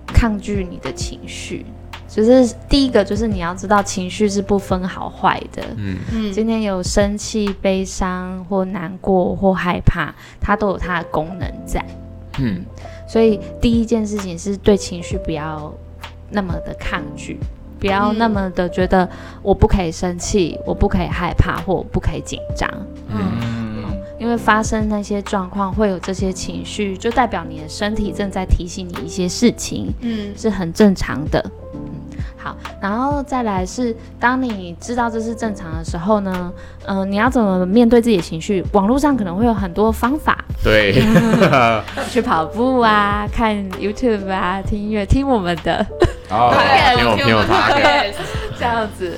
Speaker 4: 抗拒你的情绪，就是第一个就是你要知道情绪是不分好坏的。
Speaker 1: 嗯，
Speaker 2: 嗯，
Speaker 4: 今天有生气、悲伤或难过或害怕，它都有它的功能在。
Speaker 1: 嗯，
Speaker 4: 所以第一件事情是对情绪不要那么的抗拒，不要那么的觉得我不可以生气，我不可以害怕或我不可以紧张，
Speaker 2: 嗯
Speaker 3: 嗯，
Speaker 4: 因为发生那些状况会有这些情绪，就代表你的身体正在提醒你一些事情。
Speaker 2: 嗯
Speaker 4: 是很正常的。嗯，好，然后再来是，当你知道这是正常的时候呢，嗯、你要怎么面对自己的情绪？网络上可能会有很多方法，
Speaker 1: 对，
Speaker 4: 嗯去跑步啊，看 YouTube 啊，听音乐，听我们 的
Speaker 3: 好，
Speaker 2: 对
Speaker 1: 没有没有他
Speaker 2: 对
Speaker 4: 这样子。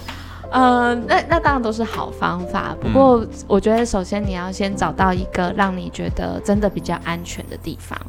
Speaker 4: 呃，那那当然都是好方法，不
Speaker 1: 嗯
Speaker 4: 过我觉得首先你要先找到一个让你觉得真的比较安全的地方。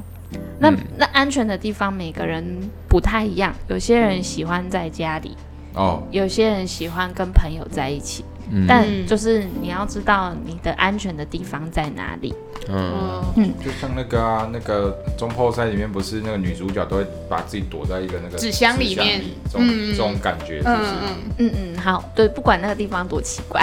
Speaker 4: 那、
Speaker 1: 嗯
Speaker 4: 那安全的地方每个人不太一样，有些人喜欢在家里，
Speaker 3: 哦，
Speaker 4: 有些人喜欢跟朋友在一起，
Speaker 1: 嗯
Speaker 4: 但
Speaker 2: 嗯
Speaker 4: 就是你要知道你的安全的地方在哪里。
Speaker 1: 嗯，
Speaker 2: 嗯，
Speaker 3: 就像那个啊，那个中破赛里面不是那个女主角都会把自己躲在一个那个
Speaker 2: 纸箱里面
Speaker 3: 这种
Speaker 2: 嗯
Speaker 3: 这种感觉，是不
Speaker 2: 嗯
Speaker 3: 是？
Speaker 2: 嗯
Speaker 4: 嗯嗯，好，对，不管那个地方多奇怪。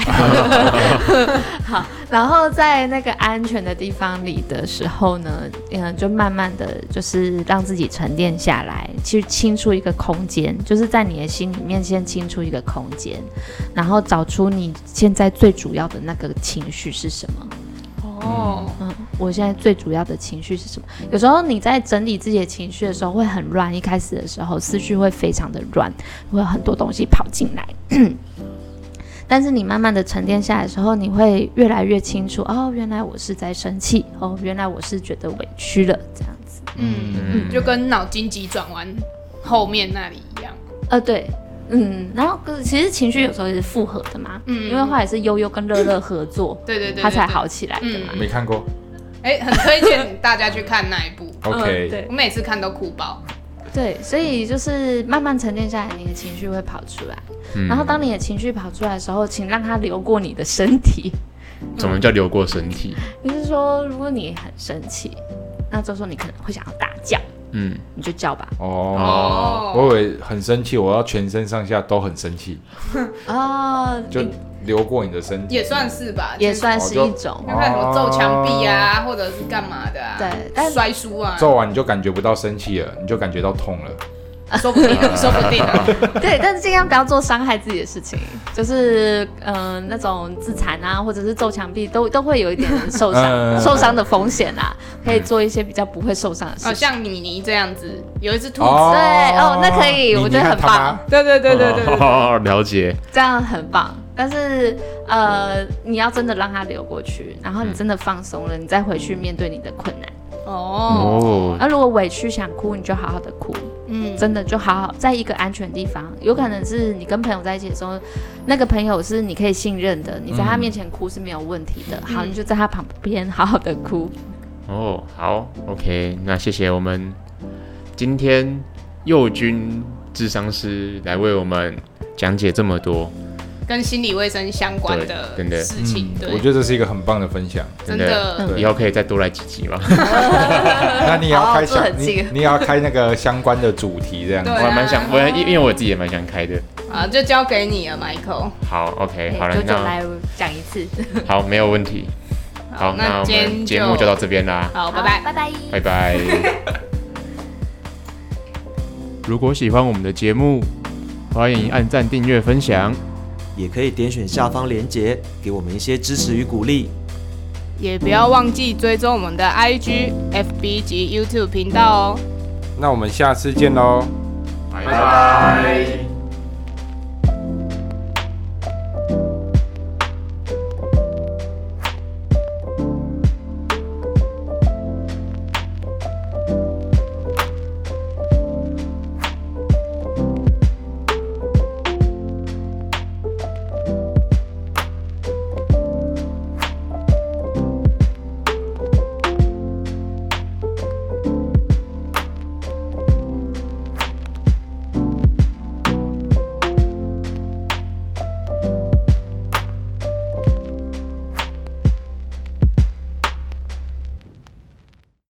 Speaker 4: 好，然后在那个安全的地方里的时候呢，嗯，就慢慢的就是让自己沉淀下来，去清出一个空间，就是在你的心里面先清出一个空间，然后找出你现在最主要的那个情绪是什么。
Speaker 2: 哦，
Speaker 4: 嗯，我现在最主要的情绪是什么？有时候你在整理自己的情绪的时候会很乱，一开始的时候思绪会非常的乱，会有很多东西跑进来。 但是你慢慢的沉淀下来的时候，你会越来越清楚，哦，原来我是在生气，哦，原来我是觉得委屈了，这样子。
Speaker 2: 嗯，就跟脑筋急转弯后面那里一样，
Speaker 4: 呃，对，嗯，然后可是其实情绪有时候也是复合的嘛，
Speaker 2: 嗯
Speaker 4: 因为后来是悠悠跟乐乐合作，
Speaker 2: 对对对对，
Speaker 4: 他才
Speaker 2: 对
Speaker 4: 好。起来的嘛。
Speaker 3: 嗯没看过
Speaker 2: 哎，很推荐大家去看那一部，
Speaker 4: 嗯
Speaker 3: ，OK，
Speaker 4: 对
Speaker 2: 我每次看都哭爆。
Speaker 4: 对，所以就是慢慢沉淀下来，你的情绪会跑出来。
Speaker 1: 嗯
Speaker 4: 然后当你的情绪跑出来的时候，请让它流过你的身体。
Speaker 1: 怎么叫流过身体？
Speaker 4: 就是说，如果你很生气，那这时候你可能会想要大叫，
Speaker 1: 嗯，
Speaker 4: 你就叫吧。
Speaker 3: 哦。
Speaker 2: 哦
Speaker 3: 我以为很生气，我要全身上下都很生气，
Speaker 4: 啊、
Speaker 3: 就
Speaker 4: 你
Speaker 3: 流过你的身体。
Speaker 2: 也算是吧，
Speaker 4: 也
Speaker 2: 就是
Speaker 4: 算是一 种。
Speaker 2: 要看什么揍墙壁啊，或者是干嘛的啊，
Speaker 4: 对但
Speaker 2: 摔书
Speaker 4: 嗯
Speaker 2: 啊，
Speaker 3: 做完你就感觉不到生气了，你就感觉到痛了。
Speaker 2: 说不定，说不定啊，
Speaker 4: 对，但是尽量不要做伤害自己的事情，就是嗯、呃那种自残啊，或者是揍墙壁，都都会有一点受伤、
Speaker 3: 嗯
Speaker 4: 受伤的风险啊。可以做一些比较不会受伤的事
Speaker 2: 哦，
Speaker 4: 情。
Speaker 2: 像米妮这样子，有一只兔子，
Speaker 3: 哦
Speaker 4: 对哦那可以我觉得很棒。
Speaker 2: 对对对对对对，
Speaker 1: 哦，了解，
Speaker 4: 这样很棒。但是呃，你要真的让它流过去，
Speaker 2: 嗯
Speaker 4: 然后你真的放松了，你再回去面对你的困难。
Speaker 2: 哦，
Speaker 1: 哦，
Speaker 4: 那如果委屈想哭，你就好好的哭，
Speaker 2: 嗯，
Speaker 4: 真的就好好在一个安全地方。有可能是你跟朋友在一起的时候，那个朋友是你可以信任的，你在他面前哭是没有问题的。好，
Speaker 2: 嗯
Speaker 4: 你就在他旁边好好的哭。
Speaker 1: 哦，好，OK，那谢谢我们今天佑君智商师来为我们讲解这么多，
Speaker 2: 跟心理卫生相关
Speaker 1: 对
Speaker 2: 的
Speaker 1: 真的
Speaker 2: 事情，对
Speaker 3: 嗯我，觉得这是一个很棒的分享。
Speaker 2: 真
Speaker 1: 的
Speaker 2: 的，
Speaker 3: 对
Speaker 1: 以后可以再多来几集嘛。
Speaker 2: 啊
Speaker 3: 那你也要
Speaker 4: 好
Speaker 3: 开
Speaker 4: 这
Speaker 3: 相
Speaker 4: 嗯哦很，
Speaker 3: 你
Speaker 4: 近
Speaker 3: 你也要开那个相关的主题这样子
Speaker 1: 我
Speaker 2: 对。
Speaker 1: 还蛮想，我因因为我自己也蛮想开的。
Speaker 2: 啊，就交给你了，Michael。
Speaker 1: 好，OK，好了
Speaker 4: 九，九
Speaker 1: 那
Speaker 4: 来讲一次。
Speaker 1: 好，没有问题。好，那
Speaker 2: 那
Speaker 1: 我们
Speaker 2: 今天
Speaker 1: 节目就到这边啦。
Speaker 2: 好，拜
Speaker 4: 好
Speaker 2: 拜。
Speaker 4: 拜拜。
Speaker 1: 拜 拜。如果喜欢我们的节目，欢迎按赞、订阅、分享。
Speaker 5: 也可以点选下方链接，给我们一些支持与鼓励。
Speaker 2: 也不要忘记追踪我们的 IG、FB 及 YouTube 频道哦。
Speaker 3: 那我们下次见喽。
Speaker 1: 拜拜。